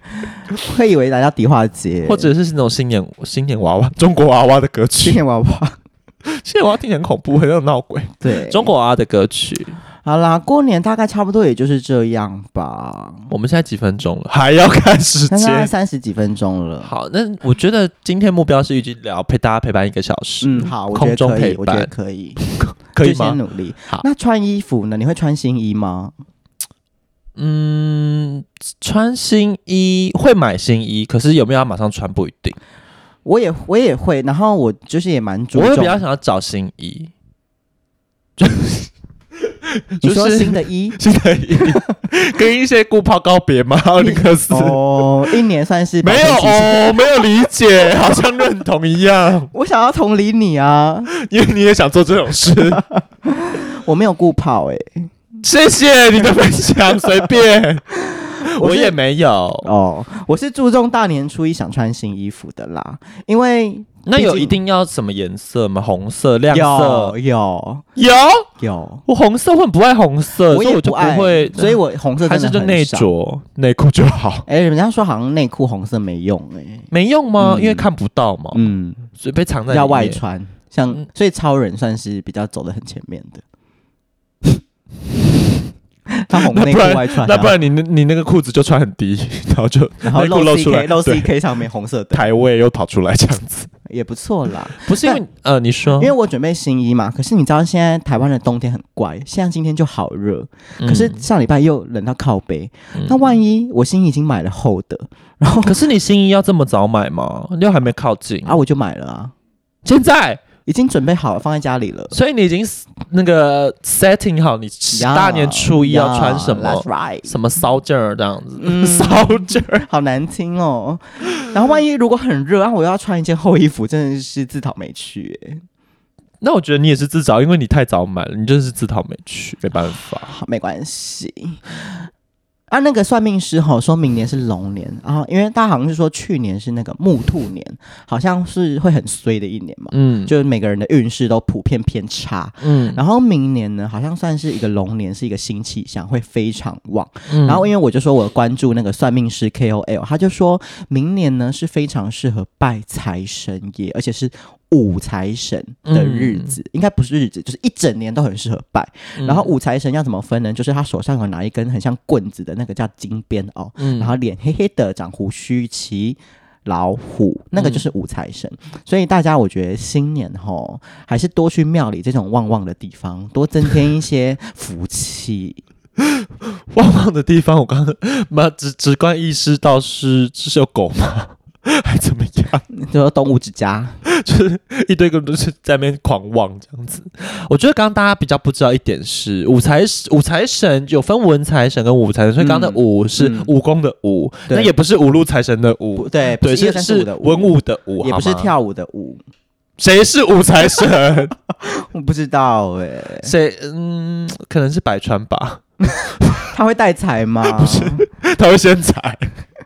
A: 会以为来到迪化街
B: 或者是那种新年新年娃娃、中国娃娃的歌
A: 纪
B: 曲。
A: 念娃娃，
B: 新年娃娃听起来很恐怖，很有闹鬼。
A: 对，
B: 中国娃娃的歌曲，
A: 好啦，过年大概差不多也就是这样吧，
B: 我们现在几分钟了，还要看时
A: 大概
B: 间。
A: 三十几分钟了。
B: 好，那我觉得今天目标是预计聊陪大家陪伴一个小时，
A: 嗯，好，我觉
B: 空
A: 得
B: 中
A: 可
B: 陪
A: 以，我觉得
B: 伴
A: 可以，
B: 可以
A: 就先
B: 吗？
A: 努力
B: 好。
A: 那穿衣服呢？你会穿新衣吗？
B: 嗯，穿新衣会买新衣，可是有没有要马上穿不一定。
A: 我也我也会，然后我就是也蛮注
B: 我会
A: 重
B: 比，较想要找新衣，
A: 你
B: 就
A: 说
B: 是
A: 新的衣
B: 新的衣，跟一些顾抛告别吗？奥利克斯、
A: 哦，一年算是
B: 没有
A: 百分之七十
B: 哦，没有理解， 好像认同一样，
A: 我想要同理你啊，
B: 因为你也想做这种事。
A: 我没有顾泡哎、欸
B: 谢谢你的分 享，随便，
A: 我
B: 我
A: 是
B: 也没有。
A: 哦，我是注重大年初一想穿新衣服的啦，因为
B: 那有
A: 毕竟
B: 一定要什么颜色吗？红色、亮色
A: 有有
B: 有。
A: 有，
B: 我红色我很不爱红色，所以
A: 也
B: 我就
A: 不爱，
B: 会，
A: 所以我红色
B: 还
A: 真的
B: 是就
A: 很
B: 内
A: 少。
B: 着内裤就好，
A: 哎、人家说好像内裤红色没用哎、
B: 没用吗？
A: 嗯
B: 因为看不到嘛，
A: 嗯，
B: 所以被藏在里
A: 要外
B: 面
A: 穿，像、
B: 哦嗯
A: 所以超人算是比较走的很前面 的。他红
B: 那
A: 内
B: 不
A: 裤
B: 然
A: 外穿、啊，
B: 那不然你那你那个裤子就穿很低， 然后就
A: 然后
B: 内裤露出来
A: CK 露
B: 对
A: CK 上面红色的
B: 台位又跑出来这样子，
A: 也不错啦。
B: 不是因为呃你说，
A: 因为我准备新衣嘛，可是你知道现在台湾的冬天很怪，像今天就好热，
B: 嗯
A: 可是上礼拜又冷到靠背。
B: 嗯
A: 那万一我新衣已经买了厚的，然后
B: 可是你新衣要这么早买吗？又还没靠近
A: 啊我就买了啊，
B: 现在，
A: 已经准备好了放在家里了。
B: 所以你已经 s- 那个 setting 好你
A: 呀
B: 大年初一要穿什
A: 呀？That's
B: 么
A: right，
B: 什么骚劲儿这样子，
A: 嗯
B: 骚劲儿，
A: 好难听哦。然后万一如果很热，啊然后我又要穿一件厚衣服，真的是自讨没趣耶。
B: 那我觉得你也是自找，因为你太早买了，你就是自讨没趣，没办法。
A: 好，没关系。啊，那个算命师吼说明年是龙年，然、后因为大家好像是说去年是那个木兔年，好像是会很衰的一年嘛，
B: 嗯，
A: 就是每个人的运势都普遍偏差。
B: 嗯，
A: 然后明年呢，好像算是一个龙年，是一个新气象，会非常旺。
B: 嗯
A: 然后因为我就说我关注那个算命师 KOL，他就说明年呢是非常适合拜财神爷，而且是五财神的日子，应该不是日子，就是一整年都很适合拜。
B: 嗯
A: 然后五财神要怎么分呢？就是他手上有拿一根很像棍子的那个叫金鞭哦，
B: 嗯
A: 然后脸黑黑的，长胡须，骑老虎，那个就是五财神。所以大家，我觉得新年吼还是多去庙里这种旺旺的地方，多增添一些福气。
B: 旺旺的地方，我刚刚妈直直观意识到是是有狗吗？ 还怎么样？
A: 就说动物之家，
B: 就是一堆个都是在那边狂妄这样子。我觉得刚刚大家比较不知道一点是，五财五财神有分文财神跟武财神，所以刚刚
A: 嗯
B: 的武是
A: 嗯
B: 武功的武，
A: 对
B: 那也不是五路财神的
A: 不
B: 武，
A: 对，不
B: 对，
A: 是一
B: 是
A: 二三四
B: 是
A: 五的舞
B: 文武的武，
A: 也不
B: 好
A: 是
B: 吗。
A: 跳舞的舞，
B: 谁是五 财神？
A: 我不知道哎、
B: 谁？嗯，可能是百川吧，
A: 他会带财吗？不是，
B: 他会先财，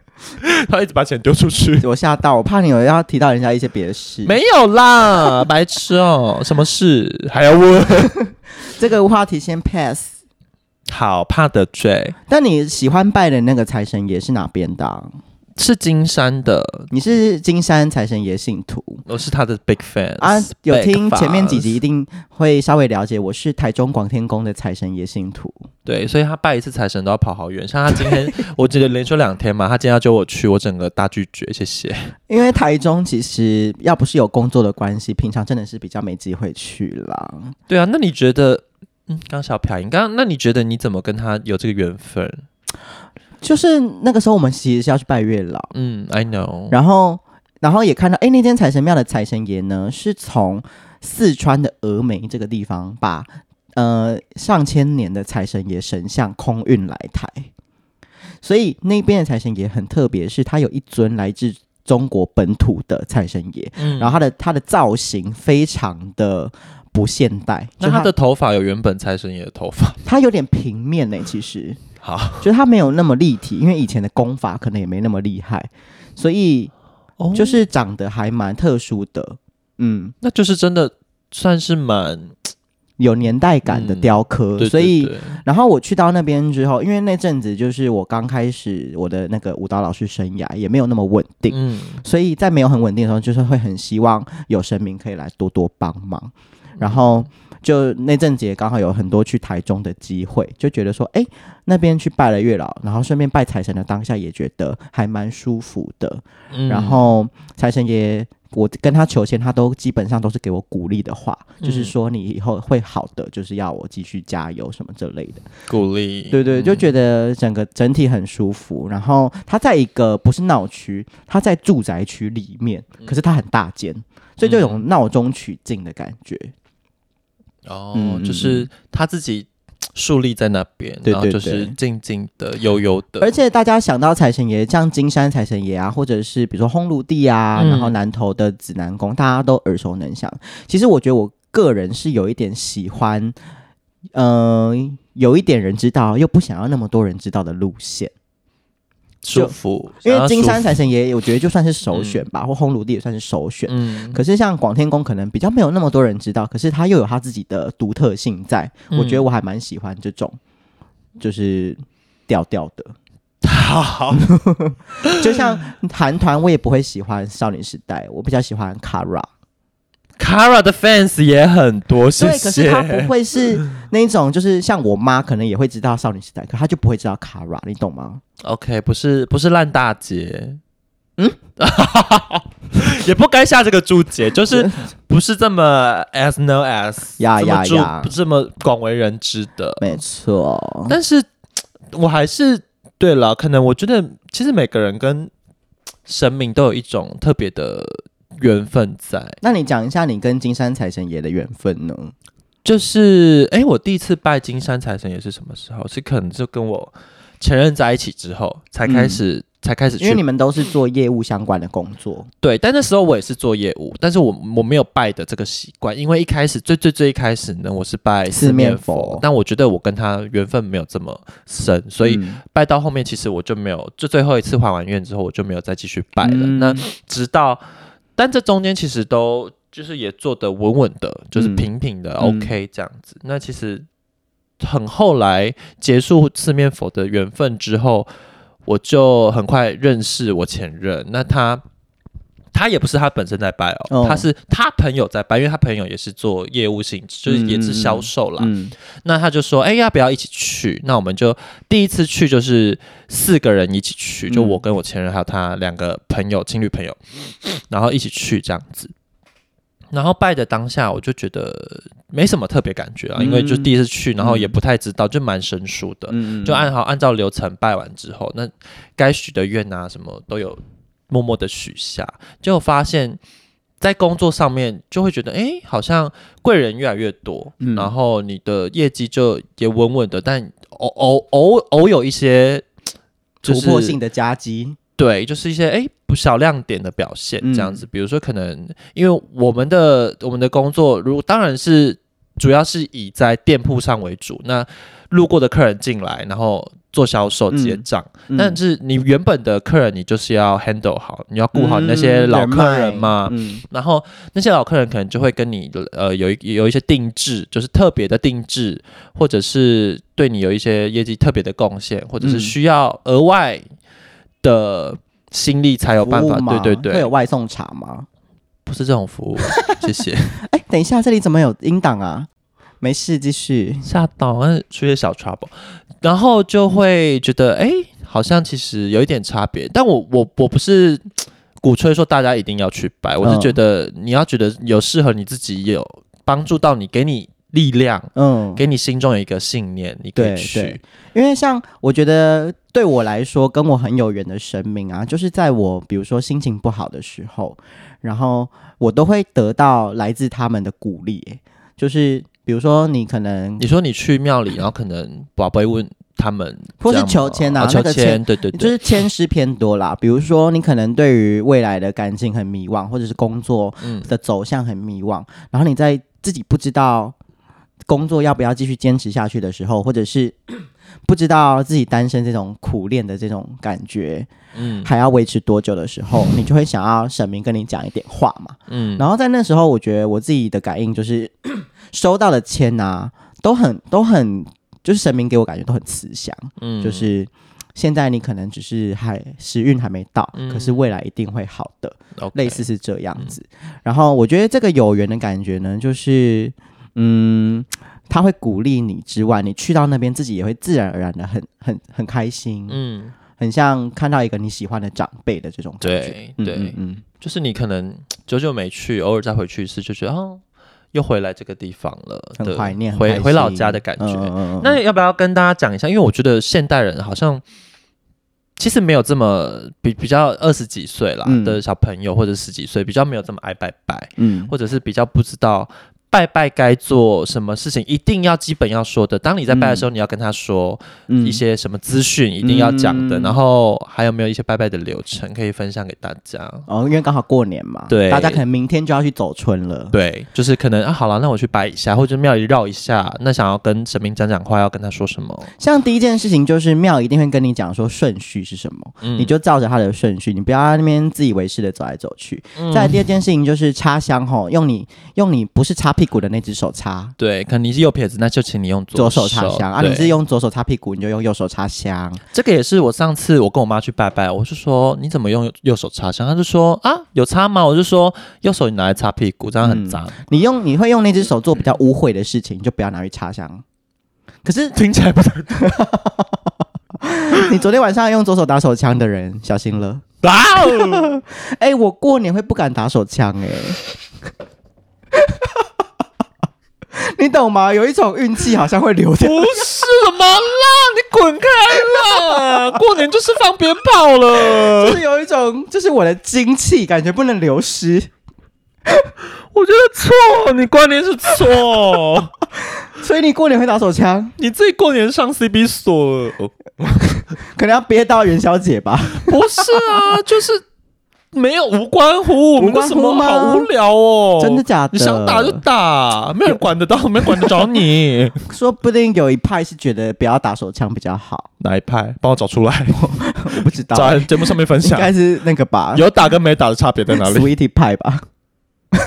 B: 他一直把钱丢出去。
A: 我吓到，我怕你有要提到人家一些别的事。
B: 没有啦， 白痴哦、什么事还要 问？
A: 这个话题先 pass。
B: 好怕得罪，
A: 但你喜欢拜的那个财神爷是哪边的啊、
B: 是金山的，
A: 你是金山财神爷信徒
B: 我是他的 big fan
A: 啊？有听前面几集，一定会稍微了解。我是台中广天宫的财神爷信徒，
B: 对，所以他拜一次财神都要跑好远。像他今 天，我记得连休两天嘛，他今天要叫我去，我整个大拒绝，谢谢。
A: 因为台中其实要不是有工作的关系，平常真的是比较没机会去啦。
B: 对啊，那你觉得？嗯，刚小朴莹，刚那你觉得你怎么跟他有这个缘分？
A: 就是那个时候，我们其实是要去拜月老，
B: 嗯，I know，
A: 然后，然后也看到，哎，那间财神庙的财神爷呢，是从四川的峨眉这个地方把呃上千年的财神爷神像空运来台，所以那边的财神爷很特别，是它有一尊来自中国本土的财神爷，
B: 嗯
A: 然后它的它的造型非常的。不现代，
B: 那
A: 就
B: 他的头发有原本财神爷的头发，
A: 它有点平面呢、其实
B: 好
A: 就是它没有那么立体，因为以前的功法可能也没那么厉害，所以
B: 哦
A: 就是是长得还蛮特殊的，嗯，
B: 那就是真的算是蛮
A: 有年代感的
B: 嗯
A: 雕刻，
B: 对，
A: 所
B: 对
A: 以
B: 对
A: 然后我去到那边之后，因为那阵子就是我刚开始我的那个舞蹈老师生涯也没有那么稳定，
B: 嗯，
A: 所以在没有很稳定的时候，就是会很希望有神明可以来多多帮忙，
B: 嗯
A: 然后。就那阵子也刚好有很多去台中的机会，就觉得说，哎、那边去拜了月老，然后顺便拜财神的当下，也觉得还蛮舒服的。
B: 嗯
A: 然后财神爷，我跟他求签，他都基本上都是给我鼓励的话，就是
B: 嗯
A: 说你以后会好的，就是要我继续加油什么之类
B: 嗯
A: 的。
B: 鼓励，嗯
A: 对对，就
B: 得
A: 觉得整个整体很舒服。然后它在一个不是闹区，它在住宅区里面，可是
B: 嗯
A: 它很大间，所以就有种闹中取静的感觉。
B: 哦，
A: 嗯
B: 就是他自己树立在那边，
A: 对
B: 然后
A: 对
B: 就是
A: 对
B: 静静的、悠悠的，
A: 而且大家想到财神爷，像金山财神爷啊，或者是比如说烘炉地啊，
B: 嗯
A: 然后南投的指南宫，大家都耳熟能详。其实我觉得我个人是有一点喜欢，呃，有一点人知道又不想要那么多人知道的路线，
B: 舒服，
A: 因
B: 想
A: 为
B: 要
A: 金
B: 舒
A: 山
B: 服
A: 财神爷，我觉得就算是首选吧，或烘炉地也算是首选。
B: 嗯，
A: 可是像广天宫可能比较没有那么多人知道，可是它又有它自己的独特性在，我觉得
B: 嗯
A: 我还蛮喜欢这种，就是调调的。
B: 好，
A: 就像韩团，我也不会喜欢少女时代，我比较喜欢 Kara。
B: Kara 的 fans 也很多，谢
A: 对，可是她不
B: 谢。
A: 会是那种，就是像我妈可能也会知道少女时代，可她就不会知道 Kara，你懂吗？
B: OK，不是不是烂大街，
A: 嗯
B: 嗯， 也不该下这个 注解，就是不是这么 as known as
A: 呀
B: 这么
A: 啊呀
B: 注
A: 呀
B: 这么广为人知的。
A: 没错，
B: 但是我还是对了，可能我觉得其实每个人跟神明都有一种特别的缘分在。
A: 那你讲一下你跟金山财神爷的缘分呢？
B: 就是，哎，我第一次拜金山财神也是什么时候？是可能就跟我前任在一起之后才开始、才开
A: 嗯
B: 始
A: 因为你
B: 去
A: 们都是做业务相关的工作，
B: 对，但那时候我也是做业务，但是我我没有拜的这个习惯，因为一开始最最最一开始呢，我是拜
A: 四
B: 四面
A: 面
B: 佛，
A: 佛
B: 但我觉得我跟他缘分没有这么深，所以
A: 嗯
B: 拜到后面，其实我就没有，就最后一次还完愿之后，我就没有再继续拜了。
A: 嗯
B: 那直到，但这中间其实都就是也做得稳稳的，就是
A: 嗯
B: 平平的、
A: 嗯
B: OK 这样子。那其实很后来结束四面佛的缘分之后，我就很快认识我前任。那他。他也不是他本身在拜哦，
A: 哦
B: 他是他朋友在拜，因为他朋友也是做业务性质，就是也是销售啦。
A: 嗯，
B: 那他就说，哎、要不要一起去？那我们就第一次去就是四个人一起去，
A: 嗯
B: 就我跟我前任还有他两个朋友，情侣朋友，然后一起去这样子。然后拜的当下，我就觉得没什么特别感觉啊，
A: 嗯
B: 因为就第一次去，然后也
A: 嗯
B: 不太知道，就蛮生疏的。
A: 嗯
B: 就按好按照流程拜完之后，那该许的愿啊什么都有默默的许下，就发现，在工作上面就会觉得，哎，好像贵人越来越多，
A: 嗯
B: 然后你的业绩就也稳稳的，但偶偶偶偶有一些。就是
A: 突破性的夹击，
B: 对，就是一些哎不小亮点的表现
A: 嗯
B: 这样子。比如说，可能因为我们的我们的工作，如当然是主要是以在店铺上为主，那路过的客人进来，然后做销售
A: 嗯
B: 结账。
A: 嗯
B: 但是你原本的客人，你就是要 handle 好，你要顾好你那些
A: 嗯
B: 老客人嘛。
A: 嗯
B: 然后那些老客人可能就会跟你呃有一有一些定制，就是特别的定制，或者是对你有一些业绩特别的贡献，或者是
A: 嗯
B: 需要额外的心力才有办法。
A: 服务吗
B: 对
A: 会
B: 对对
A: 有，外送茶吗？
B: 不是这种服 务，谢谢。
A: 哎，等一下，这里怎么有音档啊？没事，继续。
B: 吓到，但是出一些小 trouble，然后就会觉得哎、诶好像其实有一点差别。但我我我不是鼓吹说大家一定要去摆，我是
A: 嗯
B: 觉得你要觉得有适合你自己，有帮助到你，给你力量。
A: 嗯，
B: 给你心中有一个信念，你可以
A: 对
B: 去
A: 对。，因为像我觉得对我来说，跟我很有缘的神明啊，就是在我比如说心情不好的时候，然后我都会得到来自他们的鼓励耶，就是比如说你可能
B: 你说你去庙里，然后可能宝贝问他们这
A: 或是
B: 样吗，
A: 求签啊
B: 哦
A: 那
B: 求
A: 个
B: 签，对对
A: 就
B: 对，
A: 是牵失偏多啦，比如说你可能对于未来的感情很迷惘，或者是工作
B: 嗯，
A: 的走向很迷惘，然后你在自己不知道工作要不要继续坚持下去的时候，或者是 不知道自己单身这种苦恋的这种感觉，
B: 嗯
A: 还要维持多久的时候，你就会想要神明跟你讲一点话嘛。
B: 嗯，
A: 然后在那时候，我觉得我自己的感应就是 收到的签啊，都很都很，就是神明给我感觉都很慈祥，
B: 嗯
A: 就是。现在你可能只是还时运还没到，
B: 嗯
A: 可是未来一定会好的。
B: OK
A: 类似是这样子。然后我觉得这个有缘的感觉呢，就是嗯，他会鼓励你之外，你去到那边自己也会自然而然的很很很开心，
B: 嗯，
A: 很像看到一个你喜欢的长辈的这种感觉。
B: 对
A: 嗯
B: 对
A: 嗯，嗯，
B: 就是你可能久久没去，偶尔再回去一次，就觉得哦，又回来这个地方了，对
A: 很怀念，很开
B: 回
A: 心
B: 回老家的感觉。
A: 嗯嗯嗯
B: 那要不要跟大家讲一下？因为我觉得现代人好像其实没有这么比比较二十几岁啦、
A: 嗯
B: 的小朋友，或者十几岁比较没有这么爱拜拜，
A: 嗯
B: 或者是比较不知道拜拜该做什么事情，一定要基本要说的。当你在拜的时候，你要跟他说
A: 嗯
B: 一些什么资讯，一定要讲的。
A: 嗯
B: 然后还有没有一些拜拜的流程可以分享给大家？
A: 哦，因为刚好过年嘛，
B: 对
A: 大家可能明天就要去走春了，
B: 对，就是可能啊，好了，那我去拜一下，或者庙里绕一下。那想要跟神明讲讲话，要跟他说什么？
A: 像第一件事情就是庙一定会跟你讲说顺序是什么，
B: 嗯
A: 你就照着它的顺序，你不要在那边自以为是的走来走去。
B: 嗯
A: 再来第二件事情就是插香吼，用你用你不是擦屁股的那只手插，
B: 对，可能你是右撇子，那就请你用
A: 左
B: 手
A: 手插香啊，
B: 对
A: 你是用左手擦屁股，你就用右手插香。
B: 这个也是我上次我跟我妈去拜拜，我就说你怎么用右手插香？她就说啊有擦吗？我就说右手你拿来擦屁股，这样
A: 嗯
B: 很脏，
A: 你用你会用那只手做比较污秽的事情，你就不要拿去插香。可是
B: 听起来不太
A: 你昨天晚上用左手打手枪的人，小心了。
B: 啊哦。
A: 哎、我过年会不敢打手枪哎、 你懂吗？有一种运气好像会流掉。
B: 不是嘛啦，你滚开啦！过年就是放鞭炮了
A: 就，是有一种，就是我的精气感觉不能流失，
B: 我觉得错，你观念是错，
A: 所以你过年会打手枪，
B: 你自己过年上 CB 锁了，哦
A: 可能要憋到元宵节吧。
B: 不是啊，就是没有无关乎，我们
A: 无关
B: 为
A: 乎
B: 什么
A: 吗
B: 好无聊哦，
A: 真的假的？
B: 你想打就打，没有人管得到，没人管得着你。
A: 说不定有一派是觉得不要打手枪比较好，
B: 哪一派？帮我找出来，
A: 我不知道，
B: 找在节目上面分
A: 应
B: 享。
A: 该是那个吧
B: 有打跟没打的差别在哪里？
A: ，Sweetie 派吧。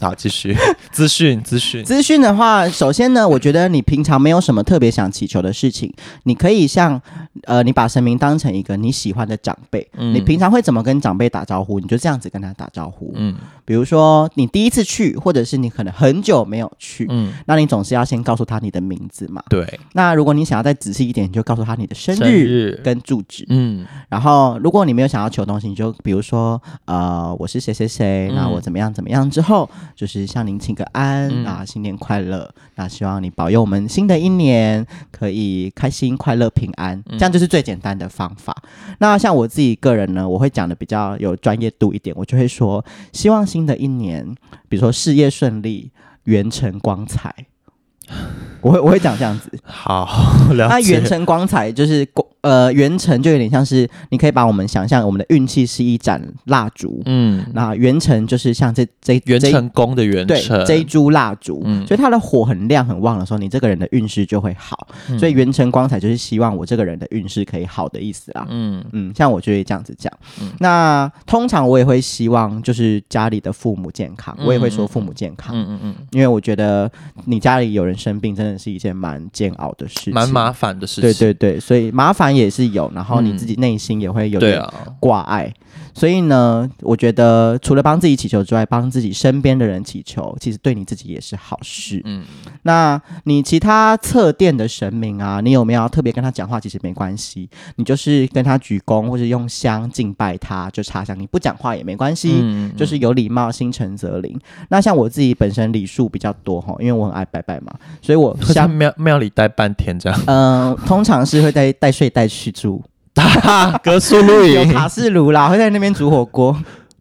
B: 好，继续 资讯，资讯。
A: 资讯的话，首先呢，我觉得你平常没有什么特别想祈求的事情，你可以像呃，你把神明当成一个你喜欢的长辈，
B: 嗯
A: 你平常会怎么跟长辈打招呼，你就这样子跟他打招呼。
B: 嗯
A: 比如说你第一次去，或者是你可能很久没有去，
B: 嗯，
A: 那你总是要先告诉他你的名字嘛。
B: 对，
A: 那如果你想要再仔细一点，你就告诉他你的生
B: 生
A: 日
B: 日，
A: 跟住址。
B: 嗯
A: 然后，如果你没有想要求东西，你就比如说，呃，我是谁谁谁，
B: 嗯
A: 那我怎么样怎么样之后，就是向您请个安、
B: 嗯
A: 啊，新年快乐！那希望你保佑我们新的一年可以开心、快乐、平安，
B: 嗯
A: 这样就是最简单的方法。那像我自己个人呢，我会讲的比较有专业度一点，我就会说，希望新的一年，比如说事业顺利，元辰光彩。 我会我会讲这样子，
B: 好，了
A: 那
B: 解。
A: 啊元辰光彩就是光呃，元辰就有点像是你可以把我们想象我们的运气是一盏蜡烛，
B: 嗯，
A: 那元辰就是像这这
B: 元
A: 这
B: 成功的元
A: 对
B: 成，
A: 这一株蜡烛，
B: 嗯
A: 所以它的火很亮很旺的时候，你这个人的运势就会好。
B: 嗯
A: 所以元辰光彩就是希望我这个人的运势可以好的意思啦。
B: 嗯
A: 嗯，像我就会这样子讲。
B: 嗯
A: 那通常我也会希望就是家里的父母健康，我也会说父母健康，
B: 嗯嗯嗯，
A: 因为我觉得你家里有人生病真的是一件蛮煎熬的事情，
B: 嗯蛮麻烦的事情。
A: 对对对，所以麻烦也是有，然后你
B: 嗯
A: 自己内心也会有
B: 对
A: 点
B: 啊，
A: 挂碍。所以呢，我觉得除了帮自己祈求之外，帮自己身边的人祈求，其实对你自己也是好事。
B: 嗯
A: 那你其他侧殿的神明啊，你有没有要特别跟他讲话？其实没关系，你就是跟他鞠躬，或者用香敬拜他，就插香。你不讲话也没关系，
B: 嗯
A: 就是有礼貌，心诚则灵。那像我自己本身礼数比较多哈，因为我很爱拜拜嘛，所以 我
B: 在
A: 香
B: 庙庙里待半天 这样。
A: 嗯，通常是会带带睡袋去住，
B: 格数露
A: 有 卡式炉啦，会在那边煮火 锅。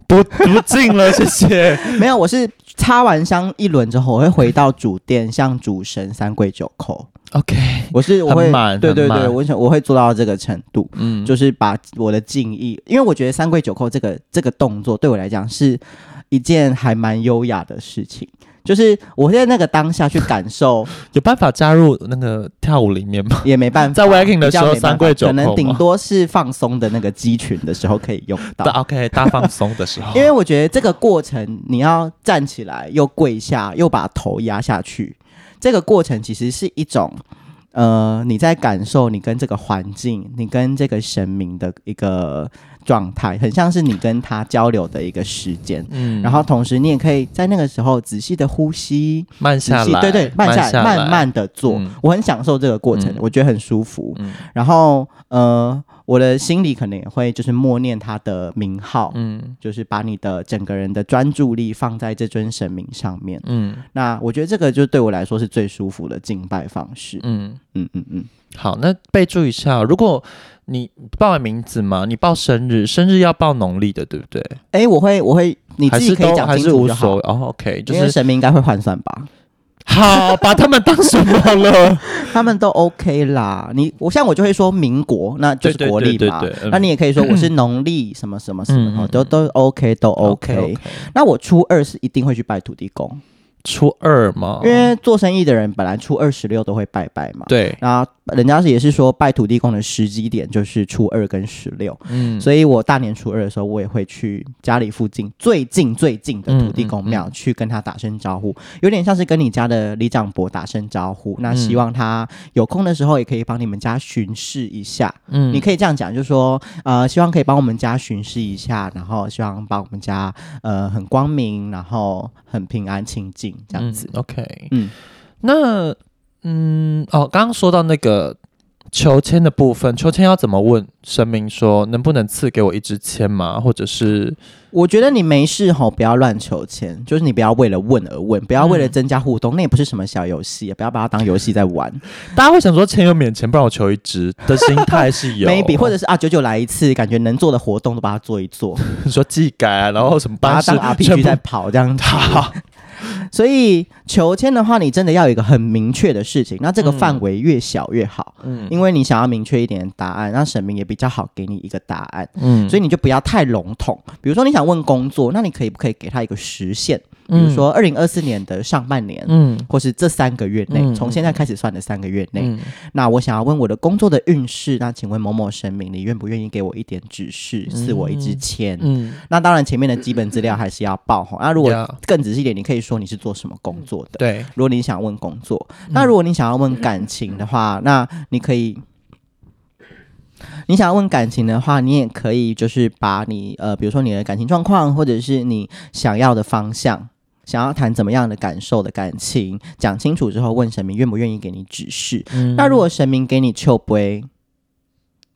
B: 不不进了，谢谢。
A: 没有，我是插完香一轮之后，我会回到主殿，向主神三跪九叩。
B: OK，
A: 我是我会
B: 很满
A: 对对
B: 很
A: 对，
B: 满
A: 我想我会做到这个程度，
B: 嗯，
A: 就是把我的敬意，因为我觉得三跪九叩这个这个动作对我来讲是一件还蛮优雅的事情。就是我在那个当下去感 受，
B: 有办法加入那个跳舞里面吗？
A: 也没办法。
B: 在 working 的
A: 比
B: 时
A: 较
B: 候，
A: 没办
B: 三
A: 法
B: 跪九叩
A: 可能顶
B: 吗
A: 多是放松的那个肌群的时候可以用到
B: 大。OK 大放松的时候，
A: 因为我觉得这个过程，你要站起来，又跪下，又把头压下去，这个过程其实是一种，呃，你在感受你跟这个环境，你跟这个神明的一个状态，很像是你跟他交流的一个时间。
B: 嗯
A: 然后同时，你也可以在那个时候仔细的呼吸，
B: 慢
A: 仔
B: 下
A: 细
B: 来，
A: 对对，慢下来，慢慢的做。
B: 嗯
A: 我很享受这个过程，
B: 嗯
A: 我觉得很舒服。
B: 嗯
A: 然后，呃，我的心里可能也会就是默念他的名号，
B: 嗯
A: 就是把你的整个人的专注力放在这尊神明上面。
B: 嗯
A: 那我觉得这个就对我来说是最舒服的敬拜方式。
B: 嗯，
A: 嗯嗯嗯，
B: 好，那备注一下，如果你报完名字嘛，你报生日，生日要报农历的，对不对？
A: 哎、我会我会，你
B: 还
A: 自
B: 是
A: 己可以
B: 都
A: 讲
B: 还
A: 清
B: 是
A: 楚
B: 无
A: 就
B: 所
A: 好
B: 谓。。哦，OK，就
A: 因为
B: 是
A: 神明应该会换算 吧，
B: 好，把他们当什么了？
A: 他们都 OK 啦。你我像我就会说民国，那就是
B: 对对
A: 国历
B: 对
A: 嘛。
B: 对对嗯
A: 那你也可以说我是农历什么什么什么，
B: 嗯嗯
A: 哦都都 OK 都 OK。那我初二是一定会去拜土地公，
B: 初二嘛，
A: 因为做生意的人本来初二十六都会拜拜嘛。
B: 对，
A: 那人家是也是说拜土地公的时机点就是初二跟十六、
B: 嗯，
A: 所以我大年初二的时候，我也会去家里附近最近最近
B: 嗯
A: 的土地公庙、去跟他打声招呼，有点像是跟你家的李长伯打声招呼。
B: 嗯
A: 那希望他有空的时候也可以帮你们家巡视一下，
B: 嗯
A: 你可以这样讲，就是说呃，希望可以帮我们家巡视一下，然后希望帮我们家呃很光明，然后很平安清净这样子。
B: 嗯 OK，
A: 嗯
B: 那嗯，哦，刚刚说到那个求签的部分，求签要怎么问神明说能不能赐给我一支签吗？或者是
A: 我觉得你没事吼，不要乱求签，就是你不要为了问而问，不要为了增加互动，那也不是什么小游戏，不要把它当游戏在玩。
B: 大家会想说签又免钱，不然我求一支的心态是有
A: maybe 或者是啊，九九来一次，感觉能做的活动都把它做一做，
B: 你说技改啊，然后什么
A: 把它
B: 办事
A: 当
B: 全
A: RPG
B: 部
A: 在跑这 样子。
B: 好，
A: 所以求签的话，你真的要有一个很明确的事情，那这个
B: 嗯
A: 范围越小越好，
B: 嗯
A: 因为你想要明确一点的答案，那神明也比较好给你一个答案。
B: 嗯
A: 所
B: 以
A: 以你就不要太笼统，比如说你想问工作，那你可以不可以给他一个时限？比如说二零二四年的上半年，
B: 嗯
A: 或是这三个月内，
B: 嗯
A: 从现在开始算的三个月内，
B: 嗯
A: 那我想要问我的工作的运势，那请问某某神明，你愿不愿意给我一点指示，赐我一支签？
B: 嗯，
A: 那当然，前面的基本资料还是要报哈。那如果
B: Yeah，
A: 更仔细一点，你可以说你是做什么工作的。
B: 对，
A: 如果你想问工作，那如果你想要问感情的话，那你可以，你想要问感情的话，你也可以就是把你呃，比如说你的感情状况，或者是你想要的方向，想要谈怎么样的感受的感情，讲清楚之后，问神明愿不愿意给你指示。
B: 嗯
A: 那如果神明给你丘杯，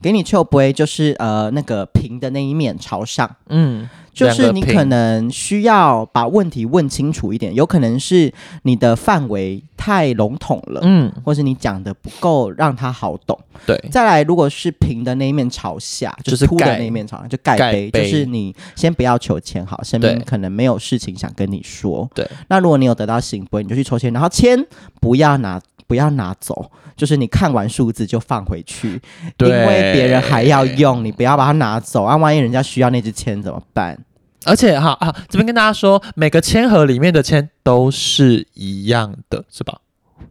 A: 给你丘杯就是呃那个平的那一面朝上。
B: 嗯
A: 就是你
B: 两个
A: 可
B: 平
A: 能需要把问题问清楚一点，有可能是你的范围太笼统了。
B: 嗯，
A: 或是你讲的不够让他好懂。
B: 对，
A: 再来，如果是平的那一面朝下，
B: 就是
A: 凸的
B: 盖
A: 那一面朝下，就盖
B: 盖
A: 杯，
B: 杯
A: 就是你先不要求签好，身边
B: 对
A: 可能没有事情想跟你说。
B: 对，
A: 那如果你有得到醒波，你就去抽签，然后签不要拿。不要拿走，就是你看完数字就放回去，因
B: 对
A: 为别人还要用，你不要把它拿走啊！万一人家需要那支签怎么办？
B: 而且哈啊，这边跟大家说，每个签盒里面的签都是一样的，是吧？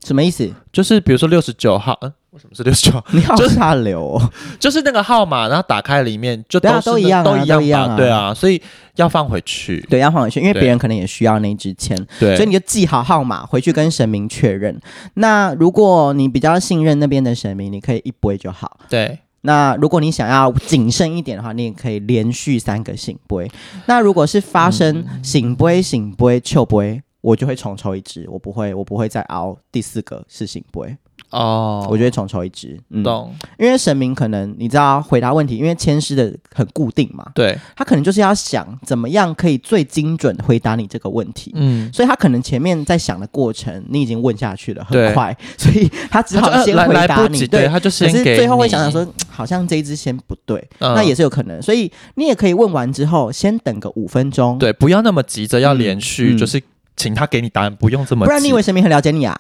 A: 什么意 思？
B: 就是比如说六十九号，嗯，为什么是六十九号？
A: 你好
B: 就是
A: 下流、哦！
B: 就是那个号码，然后打开里面就
A: 对
B: 都
A: 啊
B: 是
A: 都一样啊
B: 都一
A: 都一样啊
B: 吧对啊，所以要放回去。
A: 对，要放回去，因为
B: 对
A: 别人可能也需要那支签。
B: 对，
A: 所以你就记好号码，回去跟神明确认。那如果你比较信任那边的神明，你可以一杯就好。
B: 对
A: 那如果你想要谨慎一点的话，你也可以连续三个醒杯。那如果是发生醒杯、醒杯、秋杯，我就会重抽一支，我不会，我不会再熬第四个是醒杯，
B: 哦，
A: 我就会重抽一支。嗯，
B: 懂。
A: 因为神明可能你知道回答问题，因为签师的很固定嘛，
B: 对，
A: 他可能就是要想怎么样可以最精准地回答你这个问题。
B: 嗯，
A: 所以他可能前面在想的过程，你已经问下去了，很
B: 对
A: 快，所以他只好
B: 他就
A: 先
B: 呃
A: 回
B: 来来
A: 答
B: 不
A: 你。
B: 及，
A: 对，
B: 他就
A: 可
B: 先
A: 是
B: 给
A: 最后会
B: 你
A: 想想说，，嗯好像这一支先不对，
B: 嗯
A: 那也是有可能。所以你也可以问完之后，先等个五分钟，，
B: 对，不要那么急着要连续，
A: 嗯
B: 就是请他给你答案，不用这么
A: 不
B: 急。
A: 然你以为神明很了解你啊？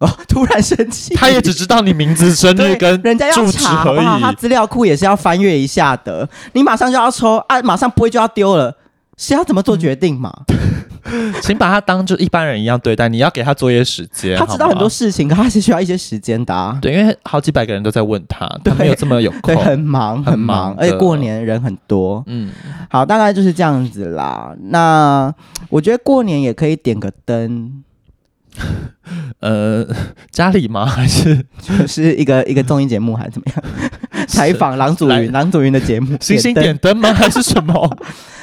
A: 哦， 突然生气，
B: 他也只知道你 名字、生日
A: 对
B: 跟
A: 人家要
B: 住址
A: 查好不
B: 而
A: 好？他
B: 已。
A: 资料库也是要翻阅一下的，你马上就要抽啊，马上不会就要丢了。是要怎么做决定嘛？
B: 请把他当就一般人一样对待，你要给他作业时间。
A: 他知道
B: 好吗
A: 很多事情，可他是需要一些时间的、 啊。
B: 对，因为好几百个人都在问他，
A: 对
B: 他没有这么有空
A: 对，。很忙
B: 很
A: 很忙
B: 忙，的
A: 而且过年人很多。
B: 嗯，
A: 好，大概就是这样子啦。那我觉得过年也可以点个 灯，
B: 呃，家里吗？ 还是
A: 就是一个一个综艺节目还是怎么样？ 采访郎祖
B: 来
A: 云，郎祖云的节目，
B: 星星
A: 灯
B: 点灯吗？还是什么？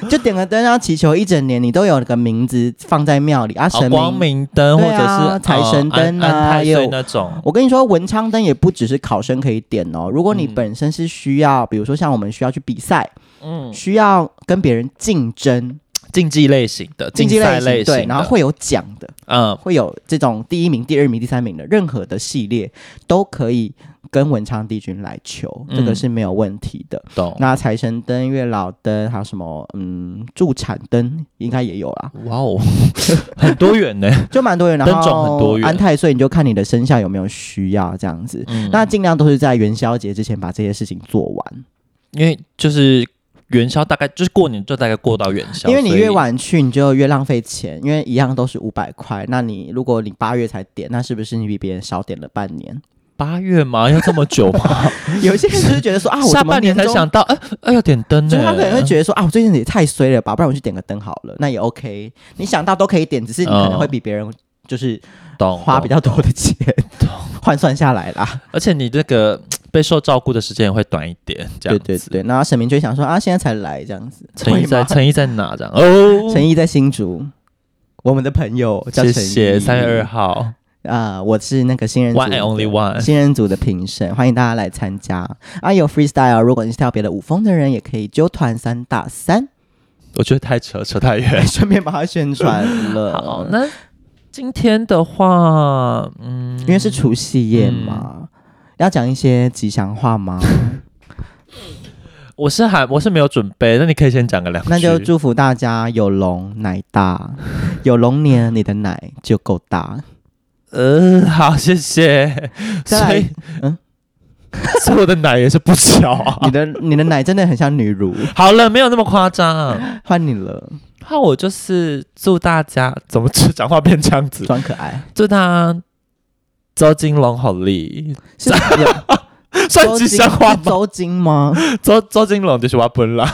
A: 就点个灯，然后祈求一整年你都有个名字放在庙里啊，
B: 好
A: 神
B: 光
A: 明。
B: 明灯，或
A: 对
B: 者
A: 啊
B: 是
A: 财神灯
B: 呃安
A: 啊
B: 安太
A: 也有
B: 岁那种。
A: 我跟你说，文昌灯也不只是考生可以点哦。如果你
B: 嗯
A: 本身是需要，比如说像我们需要去比赛，
B: 嗯，
A: 需要跟别人竞争，
B: 竞技类型的，
A: 竞技
B: 赛
A: 类
B: 类
A: 型
B: 型的，
A: 对，然后会有奖的。
B: 嗯，
A: 会有这种第一名、第二名、第三名的任何的系列，都可以跟文昌帝君来求，
B: 嗯哦
A: 这个是没有问题的。
B: 懂。
A: 那财神灯、月老灯，还有什么嗯助产灯，应该也有啦，
B: 哇哦， 很多元呢。
A: 就蛮 多人。然后
B: 灯种很多元
A: 安太岁你就看你的生肖有没有需要这样子。
B: 嗯
A: 那尽量都是在元宵节之前把这些事情做完，
B: 因为就是元宵，大概就是过年就大概过到元宵，
A: 因为你
B: 所以
A: 越晚去你就越浪费钱，因为一样都是五百块。那你如果你八月才点，那是不是你比别人少点了半年？
B: 八月嘛，要这么久吗？
A: 有一些人就是觉得说 啊，我
B: 下
A: 怎么
B: 半年才
A: 终
B: 想到，哎、哎要点灯呢、
A: 所以他可能会觉得说啊，我最近也太衰了吧，不然我去点个灯好了，那也 OK。你想到都可以点，只是你可能会比别人就是
B: 懂
A: 花比，较多的钱， 换算下来啦。
B: 懂而且你这个嗯备受照顾的时间也会短一点，这
A: 对
B: 样
A: 对对，那沈明就会想说啊，现在才来这样子，
B: 诚意
A: 会
B: 在
A: 吗
B: 诚意在哪？这样哦，
A: 陈毅在新竹，我们的朋友叫
B: 谢
A: 陈毅，
B: 谢三月二号
A: 啊，我是那个新人组
B: ，One and Only One，
A: 新人组的评审，欢迎大家来参加啊！有 freestyle，如果你是跳别的舞风的人，也可以揪团三打三，
B: 我觉得太扯扯太 远。
A: 顺便把它宣传了。
B: 好，那今天的话，嗯，
A: 因为是除夕夜嘛，要讲一些吉祥话 吗？
B: 我是还我是没有准备，那你可以先讲个两句，
A: 那就祝福大家有龙奶 大，有龙年你的奶就够大。
B: 呃， 好，谢谢。
A: 再来
B: 所以，
A: 嗯
B: 嗯，所以我的奶也是不小啊
A: 你。的你的奶真的很像女乳，
B: 好了，没有那么夸张。
A: 换你了，
B: 那我就是祝大家怎么这讲话变这样子，
A: 装可 爱
B: 祝大家周金龙好 利，
A: 是有
B: 算吉祥话
A: 是
B: 吗？
A: 周金 吗？
B: 周周金龙就是我 本啦，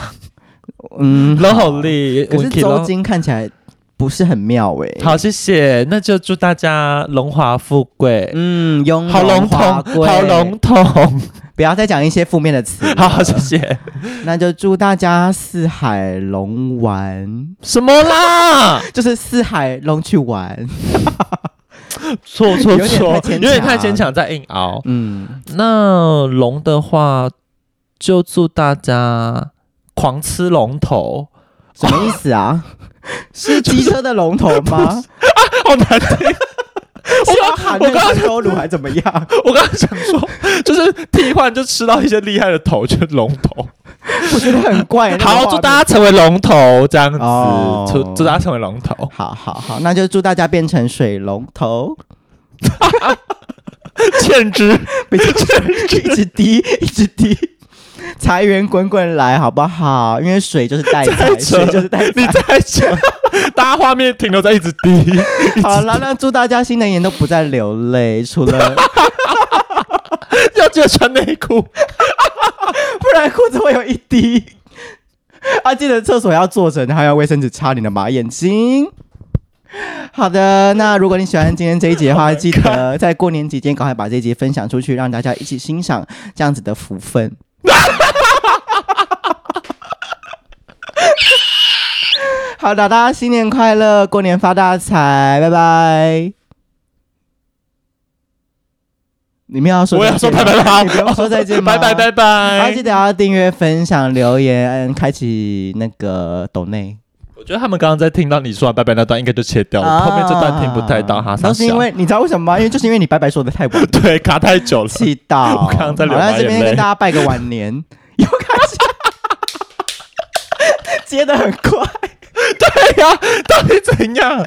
A: 嗯，
B: 龙好利，
A: 可是
B: 运气
A: 周
B: 咯。
A: 金看起来不是很妙哎、
B: 好，，谢谢。那就祝大家荣华富贵。
A: 嗯，雍
B: 好笼
A: 容
B: 统
A: 华，贵
B: 好笼，统。
A: 不要再讲一些负面的词。
B: 好，谢谢。
A: 那就祝大家四海龙丸，
B: 什么啦？
A: 就是四海龙去玩。
B: 错错
A: 有点
B: 错
A: 太，牵
B: 有点
A: 强
B: 太牵强，在硬熬。
A: 嗯，
B: 那龙的话，就祝大家狂吃龙头
A: 什么意思啊？ 是机车的龙头吗？
B: 好难听。
A: 是要喊那个车乳还怎么样？
B: 我刚刚想说，就是替换就吃到一些厉害的头，就是龙头。
A: 我觉得很怪。
B: 好，祝大
A: 家
B: 家成为龙头，这样子
A: 哦，
B: 祝祝大家成为龙头。
A: 好好好，那就祝大家变成水龙头，
B: 欠之，
A: 比较一直滴一直滴，财源滚滚来，好不好？因为水就是带财， 水就是带财
B: 你。在讲，大家画面停留在一直低。
A: 好了，那祝大家新的一年都不再流泪，除了
B: 要记得穿内裤。
A: 不然裤子会有一滴。啊，记得厕所要坐着，然后要卫生纸擦你的马眼睛。好的，那如果你喜欢今天这一集的
B: Oh
A: 话，记得在过年期间赶快把这一集分享出去，让大家一起欣赏这样子的福分。 好的，大家新年快乐，过年发大财，拜拜。你们要说
B: 我要
A: 再
B: 说
A: 见
B: 拜
A: 吗
B: 拜啦
A: 你不用说再见吗？
B: 拜拜拜
A: 还记
B: 拜。
A: 得要订阅、分享、留言，嗯，开启那个抖内。
B: 我觉得他们刚刚在听到你说完拜拜那段，应该就切掉了，后面这段听不太到哈。，
A: 啊都是因为你知道为什么吗？因为就是因为你拜拜说的太晚
B: 对卡太久了。
A: 气到。
B: 我刚刚在流
A: 好那
B: 马
A: 这边
B: 眼泪
A: 跟大家拜个晚年，又开始 接的很快。
B: 对呀，到底怎样？